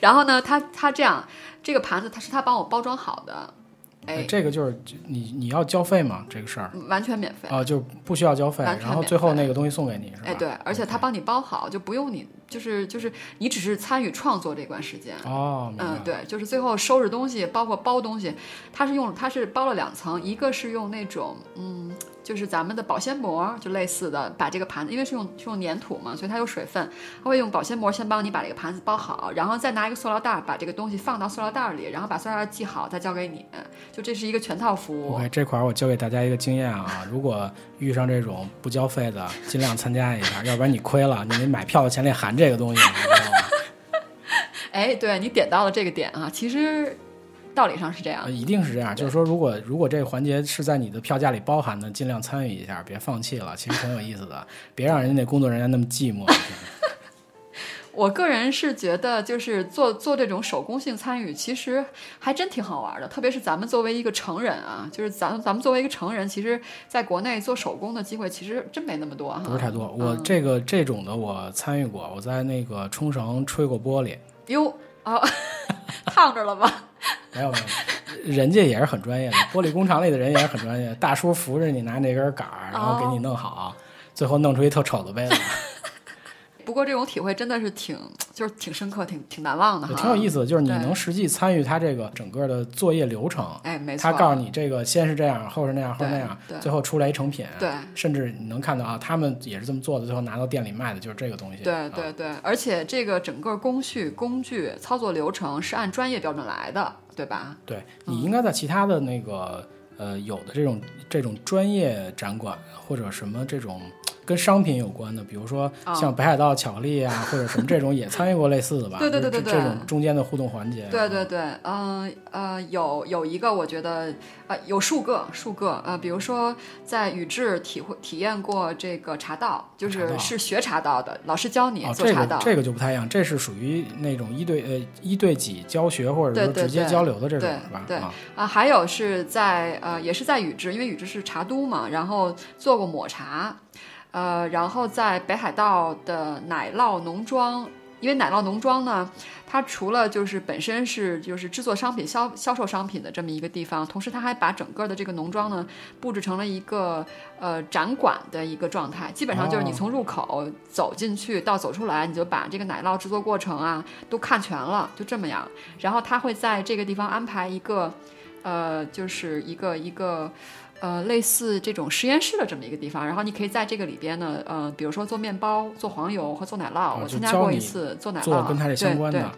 S1: 然后呢，他他这样，这个盘子他是他帮我包装好的，哎，
S2: 这个就是你你要交费吗？这个事儿
S1: 完全免费。
S2: 啊，就不需要交费，
S1: 完全
S2: 然后
S1: 免
S2: 最后
S1: 费
S2: 那个东西送给你是吧？
S1: 哎，对，而且他
S2: OK
S1: 帮你包好，就不用你，就是就是你只是参与创作这段时间，
S2: 哦，明白
S1: 嗯，，对，就是最后收拾东西，包括包东西，它是用它是包了两层，一个是用那种嗯，就是咱们的保鲜膜，就类似的，把这个盘子，因为是用是用粘土嘛，所以它有水分，它会用保鲜膜先帮你把这个盘子包好，然后再拿一个塑料袋儿把这个东西放到塑料袋儿里，然后把塑料袋儿系好，再交给你，就这是一个全套服务。
S2: OK，这块儿我教给大家一个经验啊，如果遇上这种不交费的，尽量参加一下，要不然你亏了，你那买票的钱里含这个东西，你知道吗？
S1: 哎，对你点到了这个点啊，其实道理上是这样
S2: 呃，一定是这样。就是说，如果如果这个环节是在你的票价里包含的，尽量参与一下，别放弃了，其实挺有意思的，别让人家那工作人员那么寂寞。
S1: 我个人是觉得，就是做做这种手工性参与，其实还真挺好玩的。特别是咱们作为一个成人啊，就是咱咱们作为一个成人，其实在国内做手工的机会其实真没那么多哈。
S2: 不是太多。我
S1: 嗯
S2: 这个这种的我参与过，我在那个冲绳吹过玻璃，
S1: 哟啊， 烫着了吧？
S2: 没有没有，人家也是很专业的，玻璃工厂里的人也是很专业的。大叔扶着你拿那根杆儿，然后给你弄
S1: 哦
S2: 好，最后弄出一特丑的杯子，
S1: 不过这种体会真的是挺，就是挺深刻、挺挺难忘的
S2: 也
S1: 哈。
S2: 挺有意思的。就是 你
S1: 对
S2: 能实际参与他这个整个的作业流程，
S1: 哎，没错。
S2: 他告诉你这个先是这样，后是那样，后
S1: 对
S2: 是那样
S1: 对，
S2: 最后出来一成品。
S1: 对
S2: 甚至你能看到啊，他们也是这么做的，最后拿到店里卖的就是这个东西。
S1: 对
S2: 啊
S1: 对对，而且这个整个工序、工具、操作流程是按专业标准来的，对吧？
S2: 对，你应该在其他的那个呃有的这种这种专业展馆或者什么这种跟商品有关的，比如说
S1: 啊
S2: 像北海道巧克力啊，或者什么这种也参与过类似的吧？
S1: 对对对
S2: 就是
S1: 对
S2: 这
S1: 对
S2: 这种中间的互动环节。
S1: 对对对，嗯呃有有一个我觉得呃有数个数个呃，比如说在宇治体会体验过这个茶道，就
S2: 茶道
S1: 是是学茶道的，老师教你
S2: 哦，
S1: 做
S2: 这
S1: 茶
S2: 个
S1: 道。
S2: 这个就不太一样，这是属于那种一对呃一对几教学，或者
S1: 对
S2: 说
S1: 对
S2: 直接
S1: 对
S2: 交流的这种，
S1: 对
S2: 是吧？
S1: 对
S2: 啊，
S1: 啊，还有是在呃，也是在宇治，因为宇治是茶都嘛，然后做过抹茶，呃，然后在北海道的奶酪农庄，因为奶酪农庄呢，它除了就是本身是就是制作商品、销销售商品的这么一个地方，同时它还把整个的这个农庄呢布置成了一个呃展馆的一个状态，基本上就是你
S2: 哦
S1: 从入口走进去到走出来，你就把这个奶酪制作过程啊都看全了，就这么样。然后他会在这个地方安排一个，呃，就是一个一个。呃，类似这种实验室的这么一个地方，然后你可以在这个里边呢，呃，比如说做面包、做黄油和做奶酪。
S2: 哦
S1: 我
S2: 就
S1: 参加
S2: 教
S1: 过
S2: 你
S1: 一次做奶酪，
S2: 做跟它这相关的
S1: 对
S2: 啊、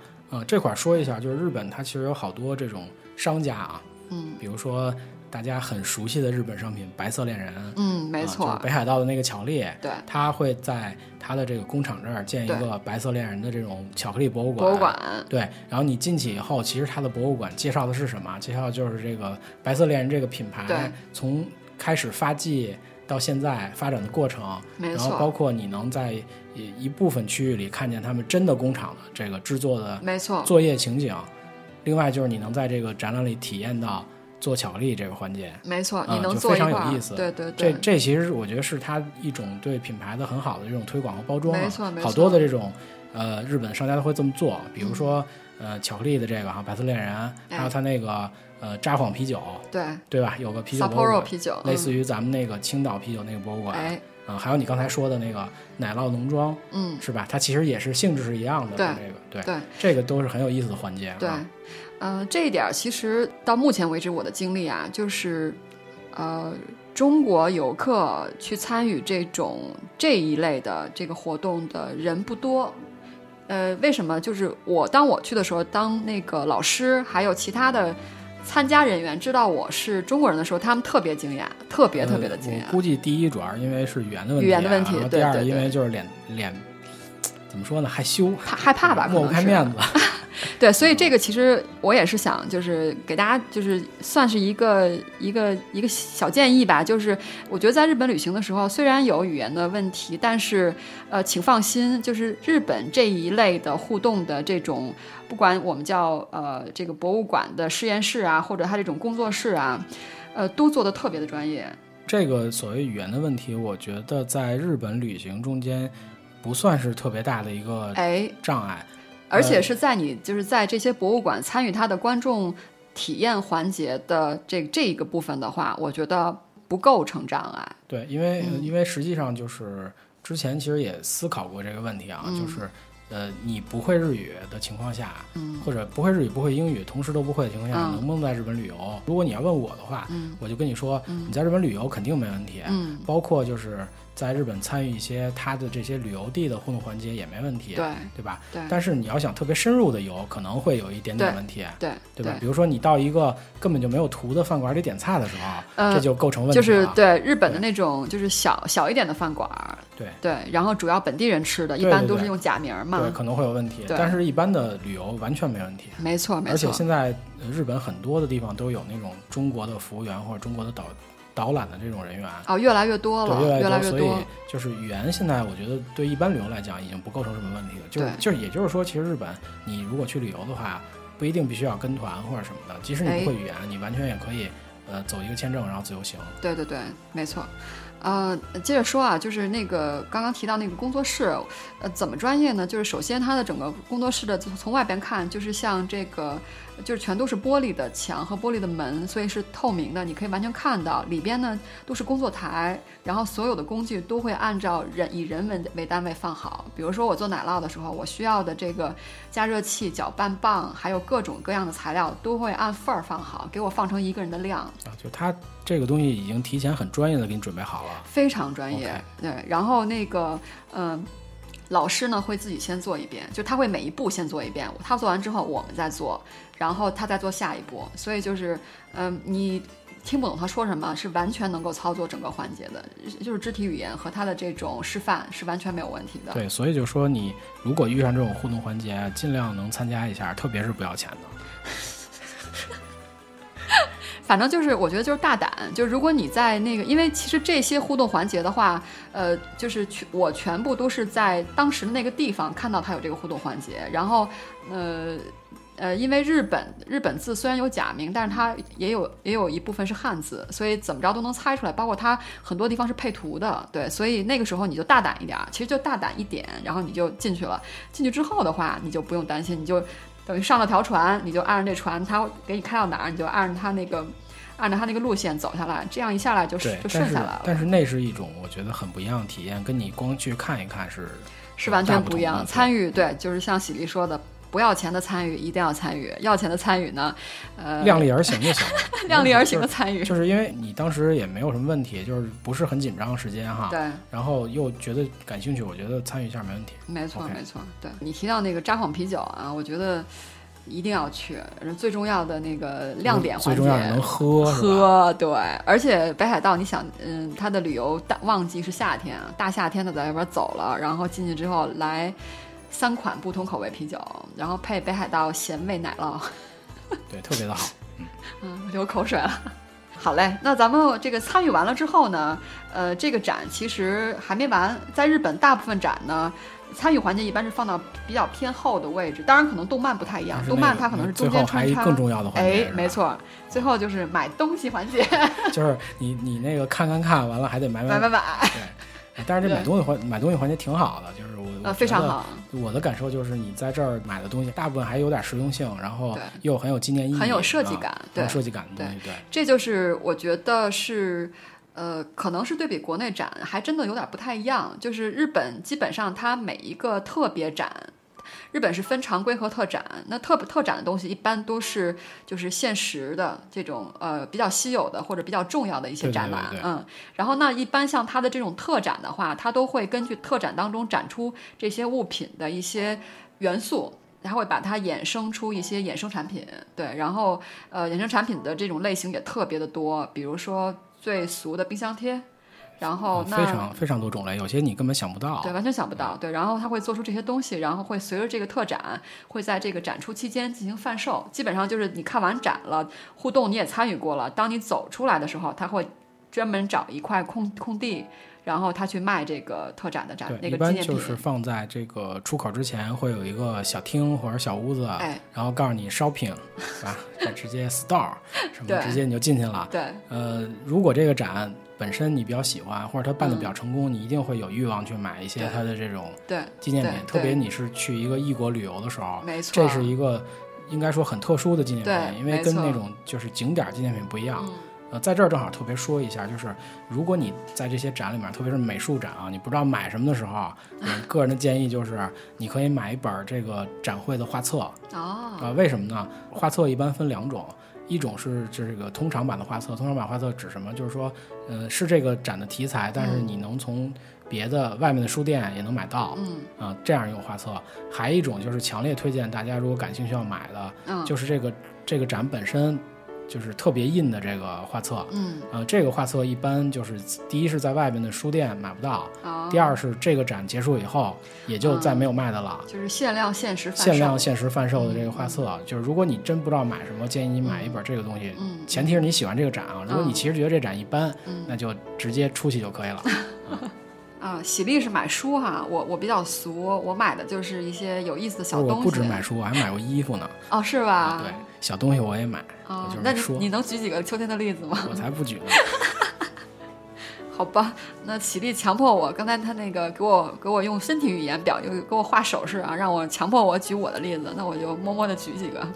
S2: 这块儿说一下，就是日本它其实有好多这种商家啊，
S1: 嗯，
S2: 比如说大家很熟悉的日本商品白色恋人，
S1: 对嗯，没错，
S2: 啊就是北海道的那个巧克力，
S1: 对，
S2: 它会在它的这个工厂这儿建一个白色恋人的这种巧克力博物馆。
S1: 博物馆，
S2: 对，然后你进去以后，其实它的博物馆介绍的是什么？介绍的就是这个白色恋人这个品牌
S1: 对
S2: 从开始发迹到现在发展的过程，
S1: 没
S2: 然后包
S1: 错，
S2: 括你能在一一部分区域里看见他们真的工厂的这个制作的
S1: 没错，
S2: 作业情景。另外就是你能在这个展览里体验到做巧克力这个环节，
S1: 没错，
S2: 嗯
S1: 你能
S2: 就
S1: 做
S2: 非
S1: 一
S2: 常
S1: 块
S2: 有
S1: 儿
S2: 意思
S1: 对对
S2: 这
S1: 对，
S2: 这其实我觉得是它一种对品牌的很好的这种推广和包装、啊，
S1: 没错没错嗯
S2: 好多的这种呃日本商家都会这么做，比如说、呃巧克力的这个哈白色恋人，
S1: 哎
S2: 还有它那个呃札幌啤酒，
S1: 对
S2: 对吧？有个啤酒博物
S1: ，Sapporo
S2: 馆，啊
S1: 啤酒，
S2: 类似于咱们那个青岛啤酒那个博物
S1: 嗯，
S2: 馆啊、
S1: 哎，
S2: 还有你刚才说的那个奶酪农庄
S1: 嗯，
S2: 是吧？它其实也是性质是一样的，
S1: 对
S2: 这个对
S1: 对
S2: 这个都是很有意思的环节、啊，
S1: 对，嗯、这一点儿其实到目前为止我的经历啊，就是呃，中国游客去参与这种这一类的这个活动的人不多。呃，为什么？就是我当我去的时候，当那个老师还有其他的参加人员知道我是中国人的时候，他们特别惊讶，特别特别的
S2: 呃
S1: 惊讶。
S2: 我估计第一主要是因为是语言的问题啊，
S1: 语言的问题
S2: 然后
S1: 对
S2: 第二
S1: 对
S2: 因
S1: 对
S2: 为就是脸脸怎么说呢，害羞，
S1: 怕害 怕吧，可
S2: 抹
S1: 能
S2: 不开
S1: 是
S2: 面子。
S1: 对，所以这个其实我也是想，就是给大家，就是算是一个一个一个小建议吧。就是我觉得在日本旅行的时候，虽然有语言的问题，但是呃，请放心，就是日本这一类的互动的这种，不管我们叫呃这个博物馆的实验室啊，或者它这种工作室啊，呃，都做的特别的专业。
S2: 这个所谓语言的问题，我觉得在日本旅行中间不算是特别大的一个
S1: 哎，
S2: 障碍。
S1: 而
S2: 嗯
S1: 且是在你就是在这些博物馆参与它的观众体验环节的这这一个部分的话，我觉得不构成障碍。
S2: 对，因为、
S1: 嗯
S2: 因为实际上就是之前其实也思考过这个问题啊，
S1: 嗯
S2: 就是呃，你不会日语的情况下，
S1: 嗯
S2: 或者不会日语、不会英语，同时都不会的情况下，
S1: 嗯
S2: 能不能在日本旅游？如果你要问我的话，
S1: 嗯
S2: 我就跟你说，你在日本旅游肯定没问题，
S1: 嗯，
S2: 包括就是在日本参与一些它的这些旅游地的互动环节也没问题，
S1: 对
S2: 对吧？
S1: 对
S2: 但是你要想特别深入的游，可能会有一点点问题，啊
S1: 对
S2: 对吧？比如说你到一个根本就没有图的饭馆里点菜的时候，
S1: 呃
S2: 这就构成问题啊
S1: 就
S2: 了。
S1: 是对日本的那种就是小小一点的饭馆儿，
S2: 对
S1: 对，然后主要本地人吃的，一
S2: 对
S1: 般
S2: 对
S1: 都
S2: 对
S1: 是用假名儿嘛。
S2: 对，可能会有问题。
S1: 对
S2: 但是一般的旅游完全没问题。
S1: 没错没
S2: 而且
S1: 错，
S2: 现在呃日本很多的地方都有那种中国的服务员或者中国的导导览的这种人员，啊
S1: 哦，越来越多了，
S2: 对，
S1: 越
S2: 来
S1: 越
S2: 所以就是语言现在我觉得对一般旅游来讲已经不构成什么问题了。就是
S1: 对
S2: 就是，也就是说，其实日本你如果去旅游的话，不一定必须要跟团或者什么的，即使你
S1: 哎
S2: 不会语言，你完全也可以呃走一个签证然后自由行。啊
S1: 对对对，没错。呃，接着说啊，就是那个刚刚提到那个工作室，呃，怎么专业呢？就是首先它的整个工作室的从从外边看，就是像这个，就是全都是玻璃的墙和玻璃的门，所以是透明的，你可以完全看到。里边呢都是工作台，然后所有的工具都会按照人以人为为单位放好。比如说我做奶酪的时候，我需要的这个加热器、搅拌棒，还有各种各样的材料都会按份儿放好，给我放成一个人的量。
S2: 啊，就它这个东西已经提前很专业的给你准备好了。
S1: 非常专业。对，然后那个，嗯、老师呢会自己先做一遍，就他会每一步先做一遍，他做完之后我们再做，然后他再做下一步。所以就是，嗯、你听不懂他说什么，是完全能够操作整个环节的，就是肢体语言和他的这种示范是完全没有问题的。
S2: 对，所以就说你如果遇上这种互动环节，尽量能参加一下，特别是不要钱的。
S1: 反正就是我觉得就是大胆，就如果你在那个，因为其实这些互动环节的话，呃，就是全我全部都是在当时的那个地方看到它有这个互动环节，然后呃。呃，因为日本日本字虽然有假名，但是它也有也有一部分是汉字，所以怎么着都能猜出来。包括它很多地方是配图的，对，所以那个时候你就大胆一点儿，其实就大胆一点，然后你就进去了。进去之后的话，你就不用担心，你就等于上了条船，你就按着这船，它给你开到哪儿，你就按着它那个按照它那个路线走下来，这样一下来就
S2: 对
S1: 就，顺
S2: 但是
S1: 下来了，
S2: 但是那是一种我觉得很不一样的体验，跟你光去看一看是
S1: 是完全不一样的。参
S2: 与
S1: 与对，就是像喜力说的，不要钱的参与一定要参与，要钱的参与呢，呃，。
S2: 量力而行就行了
S1: 量力而行
S2: 就
S1: 的
S2: 是。
S1: 参与，
S2: 就是因为你当时也没有什么问题，就是不是很紧张时间哈，
S1: 对。
S2: 然后又觉得感兴趣，我觉得参与一下没问题。
S1: 没错
S2: OK
S1: 没错。对你提到那个札幌啤酒啊，我觉得一定要去，最重要的那个亮点
S2: 最
S1: 环节，
S2: 重要是能喝，是吧
S1: 喝对，而且北海道，你想，嗯，它的旅游大旺季是夏天，啊大夏天的在外边走了，然后进去之后来三款不同口味啤酒，然后配北海道咸味奶酪，
S2: 对，特别的好。
S1: 嗯，流口水了。好嘞，那咱们这个参与完了之后呢，呃，这个展其实还没完，在日本大部分展呢。参与环节一般是放到比较偏后的位置，当然可能动漫不太一样，
S2: 但是
S1: 动
S2: 那
S1: 漫
S2: 个嗯
S1: 它可能是中
S2: 最后
S1: 间
S2: 还
S1: 穿
S2: 一
S1: 插。
S2: 更重要的环节，
S1: 哎，没
S2: 错，
S1: 错，最后就是买东西环节，
S2: 就是你你那个看看看完了还得 买
S1: 买买
S2: 买。
S1: 买，
S2: 对，但是这
S1: 对
S2: 买东西环买东西环节挺好的，就是我我
S1: 呃，非常
S2: 觉得
S1: 好。
S2: 我的感受就是，你在这儿买的东西大部分还有点实用性，然后
S1: 对
S2: 又很有纪念意义，
S1: 很有设计感
S2: 啊
S1: 对
S2: 很有设计感的东西，对，
S1: 这就是我觉得是，呃，可能是对比国内展还真的有点不太一样。就是日本基本上它每一个特别展，日本是分常规和特展。那特特展的东西一般都是就是限时的这种呃比较稀有的或者比较重要的一些
S2: 对对
S1: 展
S2: 对
S1: 览，
S2: 对
S1: 嗯。然后那一般像它的这种特展的话，它都会根据特展当中展出这些物品的一些元素。它会把它衍生出一些衍生产品，对，然后呃，衍生产品的这种类型也特别的多，比如说最俗的冰箱贴，然后哦那
S2: 啊非常非常多种类，有些你根本想不到
S1: 对，完全想不
S2: 嗯
S1: 到。对，然后他会做出这些东西，然后会随着这个特展，会在这个展出期间进行贩售。基本上就是你看完展了，互动你也参与过了，当你走出来的时候，他会专门找一块空空地，然后他去卖这个特展的展那
S2: 对，一
S1: 个纪
S2: 般
S1: 念品
S2: 就。是放在这个出口之前会有一个小厅或者小屋子，
S1: 哎
S2: 然后告诉 你 shopping，是吧？就直接 store 什么，
S1: 对
S2: 直接你就进去了。
S1: 对，
S2: 呃，如果这个展本身你比较喜欢，或者它办的
S1: 嗯
S2: 比较成功，你一定会有欲望去买一些它的这种
S1: 对，
S2: 纪念
S1: 对
S2: 品，特别你是去一个异国旅游的时候，
S1: 没错
S2: 这是一个应该说很特殊的纪念
S1: 对
S2: 品，因为
S1: 没
S2: 跟
S1: 错
S2: 那种就是景点纪念品不一样
S1: 嗯。
S2: 呃，在这儿正好特别说一下，就是如果你在这些展里面，特别是美术展啊，你不知道买什么的时候，我个人的建议就是你可以买一本这个展会的画册啊、
S1: 哦，
S2: 为什么呢？画册一般分两种。一种是这个通常版的画册，通常版画册指什么？就是说，呃，是这个展的题材，但是你能从别的外面的书店也能买到。
S1: 嗯
S2: 啊，这样一种画册。还一种就是强烈推荐大家，如果感兴趣要买的，
S1: 嗯，
S2: 就是这个这个展本身就是特别印的这个画册。
S1: 嗯，
S2: 呃，这个画册一般就是第一是在外边的书店买不到，
S1: 哦
S2: 第二是这个展结束以后也就再没有卖的了。
S1: 就是限量限时贩售，嗯
S2: 限量限时贩售的这个画册，啊就是如果你真不知道买什么，建议你买一本这个东西。
S1: 嗯
S2: 前提是你喜欢这个展啊，如果你其实觉得这展一般，那就直接出去就可以了。
S1: 啊，喜力是买书哈，我我比较俗，我买的就是一些有意思的小东
S2: 我
S1: 西。
S2: 不止买书，我还买过衣服呢。
S1: 哦，是吧？
S2: 对，小东西我也买，我
S1: 哦
S2: 就，
S1: 那
S2: 是
S1: 你
S2: 说
S1: 你，能举几个秋天的例子吗？
S2: 我才 不举呢。
S1: 好吧，那喜力强迫我，刚才他那个给我给我用身体语言表，给我画手势啊，让我强迫我举我的例子，那我就默默的举几个。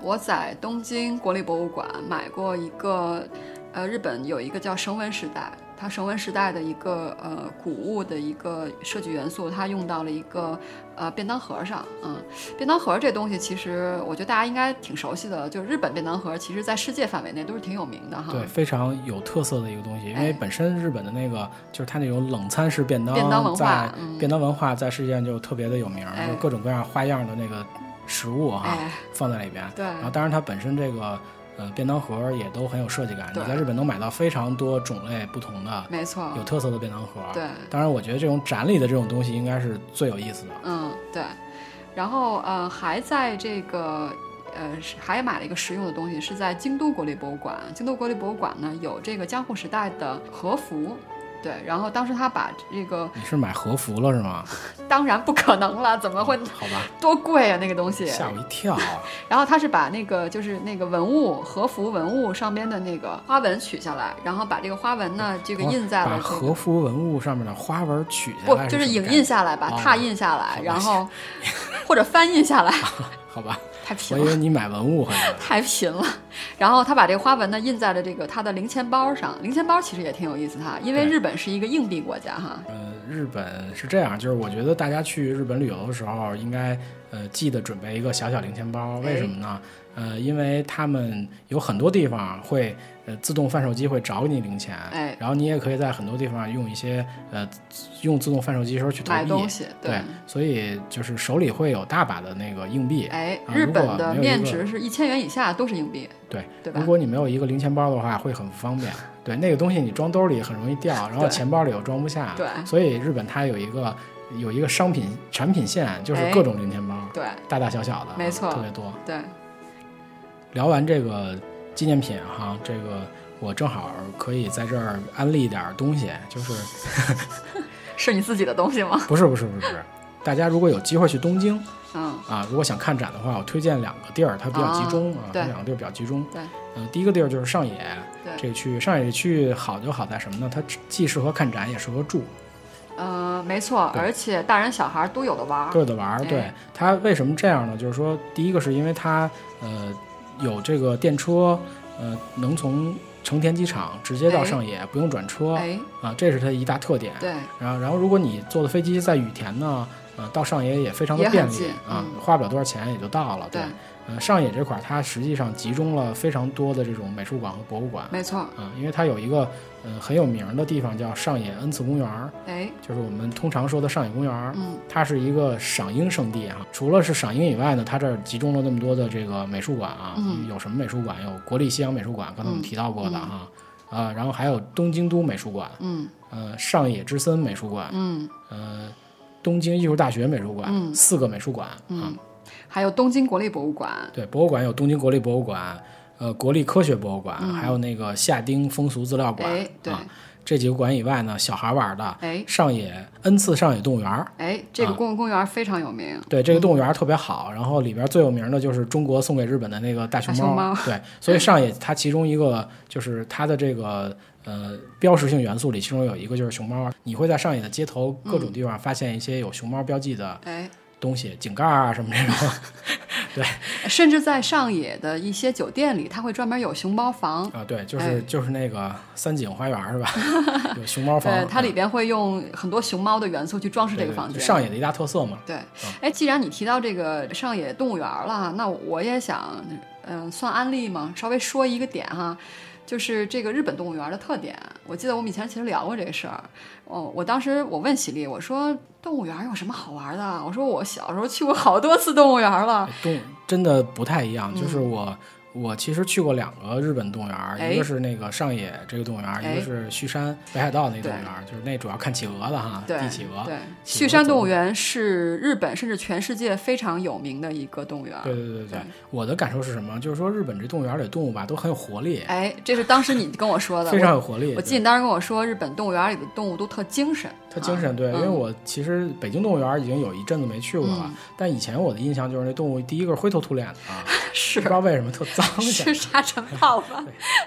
S1: 我在东京国立博物馆买过一个，呃，日本有一个叫绳文时代，它绳文时代的一个呃古物的一个设计元素，它用到了一个呃便当盒上，嗯，便当盒这东西其实我觉得大家应该挺熟悉的，就是日本便当盒，其实在世界范围内都是挺有名的哈。
S2: 对，非常有特色的一个东西，因
S1: 哎
S2: 为本身日本的那个就是它那种冷餐式便当，
S1: 便当文化
S2: 在
S1: 嗯
S2: 便当文化在世界上就特别的有名儿，
S1: 哎
S2: 就各种各样花样的那个食物哈、
S1: 哎
S2: 放在里边。
S1: 对
S2: 然后当然它本身这个呃便当盒也都很有设计感，你
S1: 对
S2: 在日本能买到非常多种类不同的
S1: 没错，
S2: 有特色的便当盒。
S1: 对，
S2: 当然我觉得这种展里的这种东西应该是最有意思的。
S1: 嗯，对。然后呃，还在这个呃，是还买了一个实用的东西，是在京都国立博物馆。京都国立博物馆呢有这个江户时代的和服。对，然后当时他把这个，
S2: 你是买和服了是吗？嗯
S1: 当然不可能了，怎么会
S2: 好 吧，
S1: 多贵啊那个东西？
S2: 吓我一跳。啊
S1: 然后他是把那个就是那个文物和服文物上边的那个花纹取下来，然后把这个花纹呢这个
S2: 哦
S1: 印在了
S2: 把
S1: 这个
S2: 和服文物上面的花纹取下
S1: 不
S2: 来，
S1: 就是
S2: 什么
S1: 影
S2: 概
S1: 印
S2: 念
S1: 下来吧，
S2: 哦
S1: 拓印下来
S2: 好，吧
S1: 然后 或者翻印下来，
S2: 好吧，
S1: 太
S2: 我
S1: 贫
S2: 以
S1: 了。
S2: 为你买文物回来了。
S1: 太贫了。然后他把这个花纹呢印在了这个他的零钱包上，零钱包其实也挺有意思哈，因为
S2: 对
S1: 日本是一个硬币国家哈。
S2: 呃，日本是这样，就是我觉得大家去日本旅游的时候，应该呃记得准备一个小小零钱包。
S1: 哎
S2: 为什么呢？呃，因为他们有很多地方会呃自动贩售机会找你零钱，
S1: 哎
S2: 然后你也可以在很多地方用一些呃用自动贩售机的时候去投
S1: 买
S2: 币，
S1: 东西，
S2: 对，所以就是手里会有大把的那个硬币。
S1: 哎，
S2: 啊
S1: 日
S2: 如果
S1: 本的
S2: 没有一
S1: 面
S2: 个
S1: 值是一千元以下都是硬币，
S2: 对，
S1: 对吧
S2: 如？果你没有一个零钱包的话，会很不方 便。对，那个东西你装兜里很容易掉，然后
S1: 对
S2: 钱包里又装不下。
S1: 对
S2: 所以日本它有一个有一个商品产品线，就是
S1: 哎
S2: 各种零钱包，
S1: 对
S2: 大大小小的，
S1: 没错
S2: 特别多。
S1: 对，
S2: 聊完这个纪念品哈，这个我正好可以在这儿安利点儿东西， 就是
S1: 是你自己的东西吗？
S2: 不是不是不是不是，大家如果有机会去东京
S1: 嗯，
S2: 啊，如果想看展的话，我推荐两个地儿，它比较集中啊，
S1: 哦对
S2: 它两个地儿比较集中。
S1: 对
S2: 嗯、第一个地儿就是上野，
S1: 对，
S2: 这个区域，上野这区域好就好在什么呢？它既适合看展，也适合住，
S1: 呃，没错，
S2: 对
S1: 而且大人小孩都有的玩儿
S2: 各，有的玩儿。对
S1: 哎
S2: 它为什么这样呢？就是说，第一个是因为它呃有这个电车，呃能从成田机场直接到
S1: 哎
S2: 上野，不用转车啊、
S1: 哎，
S2: 这是它一大特点。
S1: 对，
S2: 然后，然后如果你坐的飞机在羽田呢，呃，到上野也非常
S1: 也
S2: 的
S1: 很
S2: 便利
S1: 近嗯，
S2: 啊花不了多少钱也就到了。
S1: 对，
S2: 呃，上野这块儿它实际上集中了非常多的这种美术馆和博物馆。
S1: 没错，
S2: 啊，因为它有一个呃很有名的地方叫上野恩赐公园儿，
S1: 哎，
S2: 就是我们通常说的上野公园儿。
S1: 嗯，
S2: 它是一个赏樱圣地啊，除了是赏樱以外呢，它这儿集中了那么多的这个美术馆啊，
S1: 嗯
S2: 有什么美术馆？有国立西洋美术馆，刚才我
S1: 嗯
S2: 们提到过的啊，啊，然后还有东京都美术馆，
S1: 嗯
S2: 呃，上野之森美术馆，
S1: 嗯，
S2: 呃，东京艺术大学美术馆，
S1: 嗯
S2: 四个美术馆、啊
S1: 嗯，还有东京国立博物馆，
S2: 对，博物馆有东京国立博物馆，呃，国立科学博物馆，
S1: 嗯
S2: 还有那个夏丁风俗资料馆，
S1: 哎，对
S2: 啊，这几个馆以外呢，小孩玩的
S1: 哎
S2: 上野恩赐上野动物园儿，
S1: 哎，这个
S2: 啊
S1: 公共公园非常有名，
S2: 对这个动物园儿特别好，然后里边最有名的就是中国送给日本的那个大熊猫，
S1: 大熊
S2: 对，所以上野它其中一个就是它的这个呃标识性元素里，其中有一个就是熊猫，你会在上野的街头各
S1: 嗯
S2: 种地方发现一些有熊猫标记的
S1: 哎。
S2: 东西，井盖儿啊什么这 种，
S1: 甚至在上野的一些酒店里，它会专门有熊猫房。
S2: 啊，对，就是、
S1: 哎
S2: 就是那个三井花园儿是吧？ 有熊猫房
S1: 对，，呃它里
S2: 嗯
S1: 边会用很多熊猫的元素去装饰这
S2: 对
S1: 个
S2: 对
S1: 房
S2: 就
S1: 间。
S2: 上野的嗯一大特色嘛，
S1: 对，哎，既然你提到这个上野动物园了哈，那我也想，嗯、算安利吗？稍微说一个点哈，就是这个日本动物园的特点。我记得我们以前其实聊过这个事儿。哦，我当时我问喜力，我说动物园有什么好玩啊的？我说我小时候去过好多次动物园了。嗯
S2: 动真的不太一样，就是我我其实去过两个日本动物园儿，
S1: 哎
S2: 一个是那个上野这个动物园儿，
S1: 哎
S2: 一个是旭山北海道那动物园儿，就是那主要看企鹅的哈，
S1: 对
S2: 帝企鹅。
S1: 对，
S2: 企
S1: 旭
S2: 鹅
S1: 山
S2: 总
S1: 动物园是日本甚至全世界非常有名的一个动物园。
S2: 对对对对
S1: 对
S2: 对，我的感受是什么？就是说日本这动物园儿里的动物吧，都很有活力，
S1: 哎，这是当时你跟我说的，
S2: 非常
S1: 我
S2: 有活力。
S1: 我
S2: 对
S1: 记得你当时跟我说，日本动物园里的动物都特精神，
S2: 它精
S1: 啊
S2: 神对，因为
S1: 嗯
S2: 我其实北京动物园儿已经有一阵子没去过了，但以前我的印象就是那动物第一个是灰头土脸的啊，不
S1: 是
S2: 知道为什么特脏
S1: 是
S2: 显
S1: 沙尘暴吧？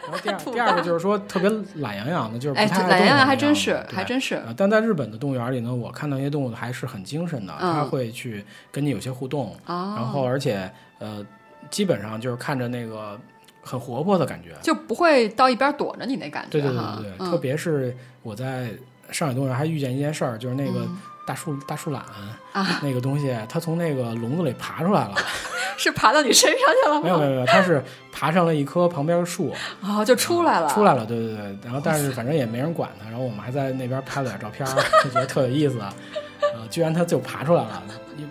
S2: 然后第二
S1: 土
S2: 第二个就是说特别懒洋洋的， 就是
S1: 哎，
S2: 不太
S1: 这
S2: 爱
S1: 懒
S2: 动
S1: 洋洋
S2: 的
S1: 还
S2: 那
S1: 真
S2: 样
S1: 是，
S2: 对
S1: 还真是，
S2: 啊，但在日本的动物园里呢，我看到一些动物还是很精神的，
S1: 嗯
S2: 它会去跟你有些互动，
S1: 哦
S2: 然后而且呃，基本上就是看着那个很活泼的感觉。
S1: 就不会到一边躲着你那感觉
S2: 对对对
S1: 哈
S2: 对对，
S1: 嗯
S2: 特别是我在上海动物园还遇见一件事儿，就是那个
S1: 嗯
S2: 大树、大树懒、
S1: 啊
S2: 那个东西，它从那个笼子里爬出来 了，
S1: 是爬到你身上去了
S2: 没有没
S1: 吗？
S2: 有没有，它是爬上了一棵旁边的树，
S1: 哦，就出来了，
S2: 出来了，对对对。然后但是反正也没人管它，然后我们还在那边拍了点照片儿，就觉得特有意思。呃，居然它就爬出来了，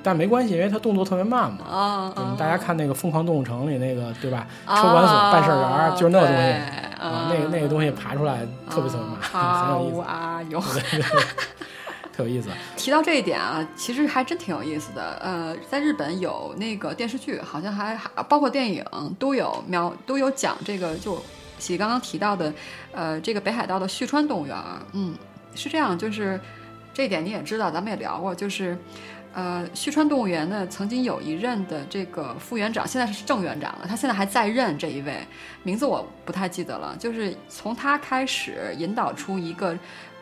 S2: 但没关系，因为它动作特别慢嘛。
S1: 啊
S2: 我们大家看那个《疯狂动物城》里那个，对吧？车
S1: 啊
S2: 管所办事儿员儿就是那个东西
S1: 对哦嗯
S2: 啊，那个那个东西爬出来特别特别慢， 很有意思，
S1: 啊有。
S2: 特有意思。
S1: 提到这一点啊，其实还真挺有意思的。呃，在日本有那个电视剧，好像还还包括电影都有描都有讲这个，就喜刚刚提到的，呃，这个北海道的旭川动物园儿，嗯，是这样，就是呃这一点你也知道，咱们也聊过，就是。呃，旭川动物园呢，曾经有一任的这个副园长，现在是正园长了，他现在还在任这一位，名字我不太记得了，就是从他开始引导出一个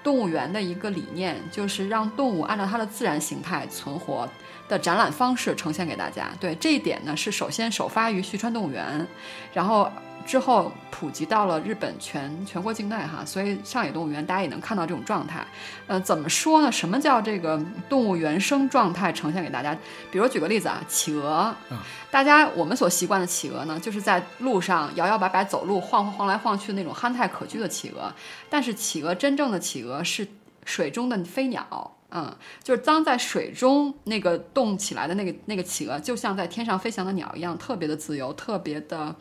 S1: 动物园的一个理念，就是让动物按照它的自然形态存活的展览方式呈现给大家。对这一点呢，是首先首发于旭川动物园，然后之后普及到了日本全全国境内哈，所以上野动物园大家也能看到这种状态。呃，怎么说呢？什么叫这个动物原生状态呈现给大家？比如举个例子啊，企鹅，
S2: 嗯
S1: 大家我们所习惯的企鹅呢，就是在路上摇摇摆摆走路、晃晃来晃去那种憨态可掬的企鹅。但是企鹅真正的企鹅是水中的飞鸟，嗯，就是当在水中那个动起来的那个那个企鹅，就像在天上飞翔的鸟一样，特别的自由，特别的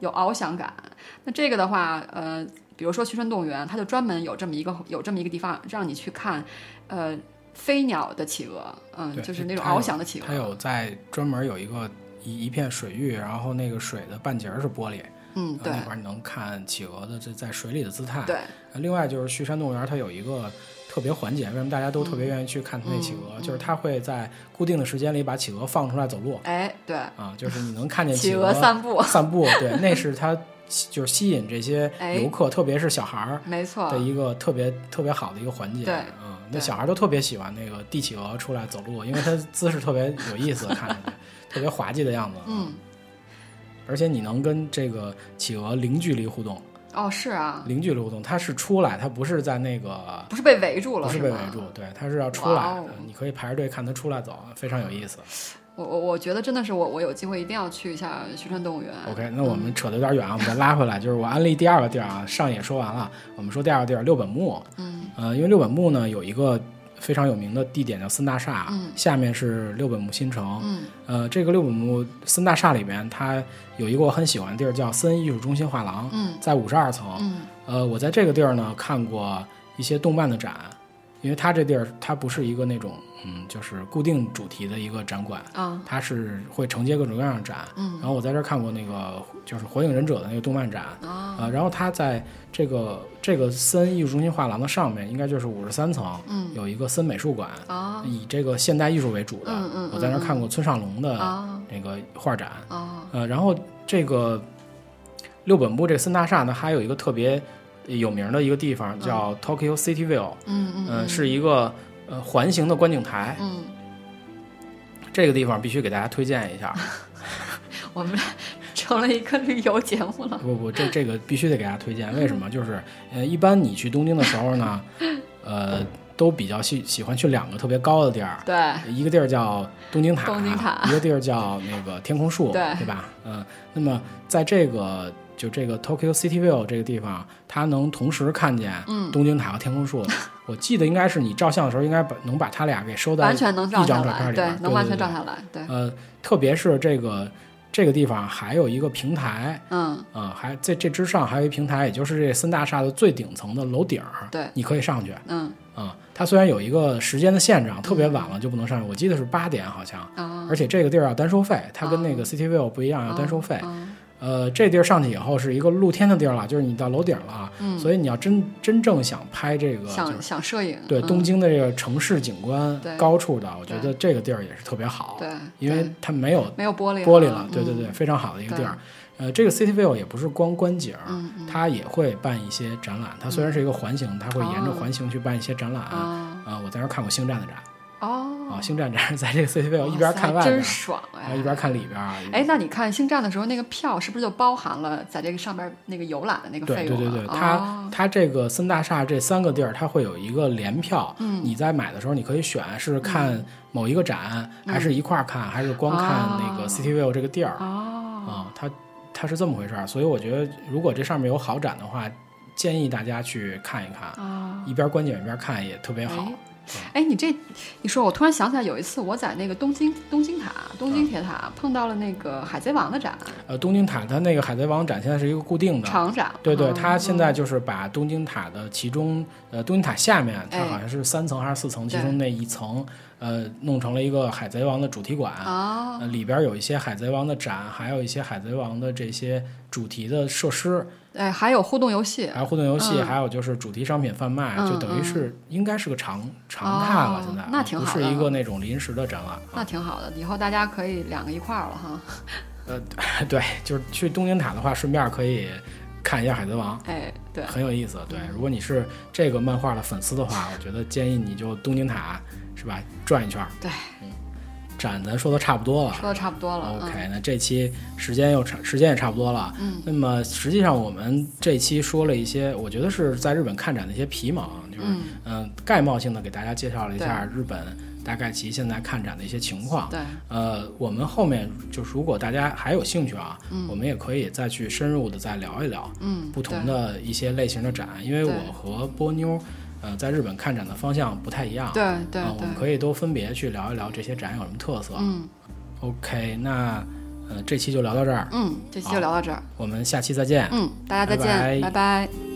S1: 有翱翔感。那这个的话，呃，比如说旭川动物园，它就专门有这么一个有这么一个地方让你去看，呃。飞鸟的企鹅，嗯，
S2: 对，
S1: 就是那种
S2: 它有
S1: 翱翔的企鹅，
S2: 它有在专门有一个一一片水域，然后那个水的半截儿是玻璃，
S1: 嗯，对
S2: 然后那块儿你能看企鹅的这在水里的姿态。
S1: 对，
S2: 呃另外就是旭山动物园，它有一个特别环节，为什么大家都
S1: 嗯
S2: 特别愿意去看它那企鹅？就是它会在固定的时间里把企鹅放出来走路
S1: 哎，对，
S2: 啊，就是你能看见
S1: 企鹅
S2: 鹅
S1: 散步，
S2: 散步，对，那是它吸就是吸引这些
S1: 哎
S2: 游客，特别是小孩儿
S1: 没错
S2: 的，一个特别特别好的一个环节。
S1: 对
S2: 嗯，那
S1: 对
S2: 小孩儿都特别喜欢那个帝企鹅出来走路，因为它姿势特别有意思，看上去特别滑稽的样子。啊
S1: 嗯，
S2: 而且你能跟这个企鹅零距离互动，
S1: 哦，是啊，
S2: 零距离互动，它是出来，它不是在那个。
S1: 不是被围住了，
S2: 不是
S1: 是
S2: 被围
S1: 吗
S2: 住，对，它是要出来
S1: 哇哦
S2: 的，你可以排着队看它出来走，非常有意思。
S1: 我我我觉得真的是我我有机会一定要去一下旭川动物园。
S2: OK，那我
S1: 嗯
S2: 们扯得有点远啊，我们再拉回来，就是我安利第二个地儿啊，上野说完了，我们说第二个地儿六本木，嗯，呃，因为六本木呢有一个非常有名的地点叫森大厦，
S1: 嗯
S2: 下面是六本木新城，
S1: 嗯，
S2: 呃，这个六本木森大厦里面，它有一个我很喜欢的地儿叫森艺术中心画廊，
S1: 嗯，
S2: 在五十二层，
S1: 嗯
S2: 呃，我在这个地儿呢看过一些动漫的展，因为它这地儿它不是一个那种嗯就是固定主题的一个展馆，
S1: 啊，
S2: 它是会承接各种各样的展。嗯，然后我在这儿看过那个就是《火影忍者》的那个动漫展
S1: 哦
S2: 啊、呃然后它在这个这个森艺术中心画廊的上面，应该就是五十三层，嗯，有一个森美术馆
S1: 啊，
S2: 以这个现代艺术为主的。
S1: 嗯嗯
S2: 我在那儿看过村上隆的
S1: 啊
S2: 那个画展，
S1: 啊
S2: 呃，然后这个六本木这个森大厦呢，还有一个特别有名的一个地方叫 Tokyo City View，
S1: 嗯 嗯
S2: 呃，是一个呃环形的观景台，
S1: 嗯，
S2: 这个地方必须给大家推荐一下。
S1: 我们成了一个旅游节目了。
S2: 不不，这这个必须得给大家推荐。为什么？就是呃，一般你去东京的时候呢，呃，都比较喜喜欢去两个特别高的地儿，
S1: 对，
S2: 一个地儿叫东京塔，
S1: 东京塔
S2: 一个地儿叫那个天空树，
S1: 对
S2: 吧？嗯，那么在这个就这个 Tokyo City View 这个地方，它能同时看见
S1: 嗯
S2: 东京塔和天空树。我记得应该是你照相的时候，应该把能把它俩给收到
S1: 完全能照
S2: 一
S1: 下
S2: 张照片
S1: 来，
S2: 里边儿，
S1: 能完全
S2: 对
S1: 照
S2: 对
S1: 下来，对，
S2: 呃，特别是这个这个地方还有一个平台，
S1: 嗯，
S2: 啊、还在这之上还有一平台，也就是这森大厦的最顶层的楼顶儿，
S1: 对，
S2: 你可以上去啊、
S1: 嗯
S2: 它虽然有一个时间的限制，啊，特别晚了就不能上去，我记得是八点好像。
S1: 啊，
S2: 而且这个地儿要单收费，它跟
S1: 嗯
S2: 那个 City View 不一样，要单收费。呃，这地儿上去以后是一个露天的地儿了，就是你到楼顶了，啊
S1: 嗯
S2: 所以你要真真正想拍这个，就
S1: 想
S2: 是
S1: 想摄影，
S2: 对、
S1: 嗯
S2: 东京的这个城市景观
S1: 对
S2: 高处的，我觉
S1: 对
S2: 得这个地儿也是特别好，
S1: 对，
S2: 因为
S1: 对
S2: 它没有
S1: 没有玻璃
S2: 玻璃了，对对
S1: 嗯
S2: 对，非常好的一个地儿。呃，这个 City View 也不是光观景儿，
S1: 嗯嗯
S2: 它也会办一些展览。它虽然是一个环形，它会沿着
S1: 哦
S2: 环形去办一些展览。啊、
S1: 啊
S2: 我在那儿看过星战的展
S1: 哦，
S2: 啊，星战展是在这个 City
S1: 哇
S2: View 一边看
S1: 塞
S2: 外边
S1: 真
S2: 儿，啊
S1: 爽
S2: 然
S1: 哎，
S2: 后一边看里边儿。
S1: 哎，那你看星战的时候，那个票是不是就包含了在这个上边儿那个游览的那个
S2: 对
S1: 费
S2: 对
S1: 用
S2: 对
S1: 了？
S2: 对，它
S1: 哦
S2: 它这个森大厦这三个地儿，它会有一个联票，
S1: 嗯
S2: 你在买的时候你可以选是看某一个展，还是一块儿看，还是光看那个
S1: 嗯哦
S2: City View 这个地儿
S1: 哦，
S2: 啊，它它是这么回事儿。所以我觉得，如果这上面有好展的话，建议大家去看一看，
S1: 哦
S2: 一边观景一边看也特别好嗯
S1: 哎。哎，你这一说，我突然想起来，有一次我在那个东京东京塔、东
S2: 嗯
S1: 京铁塔碰到了那个《海贼王》的展，
S2: 呃，东京塔它那个海贼王展现在是一个固定的，
S1: 长展。
S2: 对对，
S1: 嗯
S2: 它现在就是把东京塔的其中，呃，东京塔下面，它
S1: 哦哎
S2: 好像是三层还是四层，其
S1: 对
S2: 中那一层，呃，弄成了一个海贼王的主题馆，
S1: 哦
S2: 呃里边有一些海贼王的展，还有一些海贼王的这些主题的设施，
S1: 哎，还有互动游戏，
S2: 还有互动游戏，
S1: 嗯
S2: 还有就是主题商品贩卖，
S1: 嗯
S2: 就等于是应该是个常常态了，
S1: 哦
S2: 现在
S1: 那
S2: 啊
S1: 挺
S2: 不
S1: 好
S2: 是
S1: 的
S2: 一个那种临时的展览，
S1: 那挺好的。以后大家可以两个一块儿了哈。
S2: 对，就是去东京塔的话，顺便可以看一下海贼王。
S1: 哎，对，
S2: 很有意思。对，
S1: 嗯
S2: 如果你是这个漫画的粉丝 的话，我觉得建议你就东京塔是吧转一圈。
S1: 对，
S2: 嗯，展咱说的差不多了。
S1: 说的差不多了。
S2: OK，那这期时间又差，时间也差不多了。
S1: 嗯，
S2: 那么实际上我们这期说了一些，我觉得是在日本看展的一些皮毛，就是
S1: 嗯
S2: 嗯、概貌性的给大家介绍了一下日本大概其现在看展的一些情况
S1: 嗯，。对，
S2: 呃，我们后面就是如果大家还有兴趣啊，我们也可以再去深入的再聊一聊，
S1: 嗯，
S2: 不同
S1: 对
S2: 的一些类型的展，因为
S1: 对
S2: 我和波妞，呃，在日本看展的方向不太一样，啊、
S1: 对对
S2: 我们
S1: 对，
S2: 可以都分别去聊一聊这些展有什么特色。
S1: 嗯
S2: OK，那呃这期就聊到这儿，
S1: 嗯，这期
S2: 好
S1: 就聊到这儿。
S2: 我们下期再见。
S1: 嗯，大家再
S2: 拜拜
S1: 见，拜拜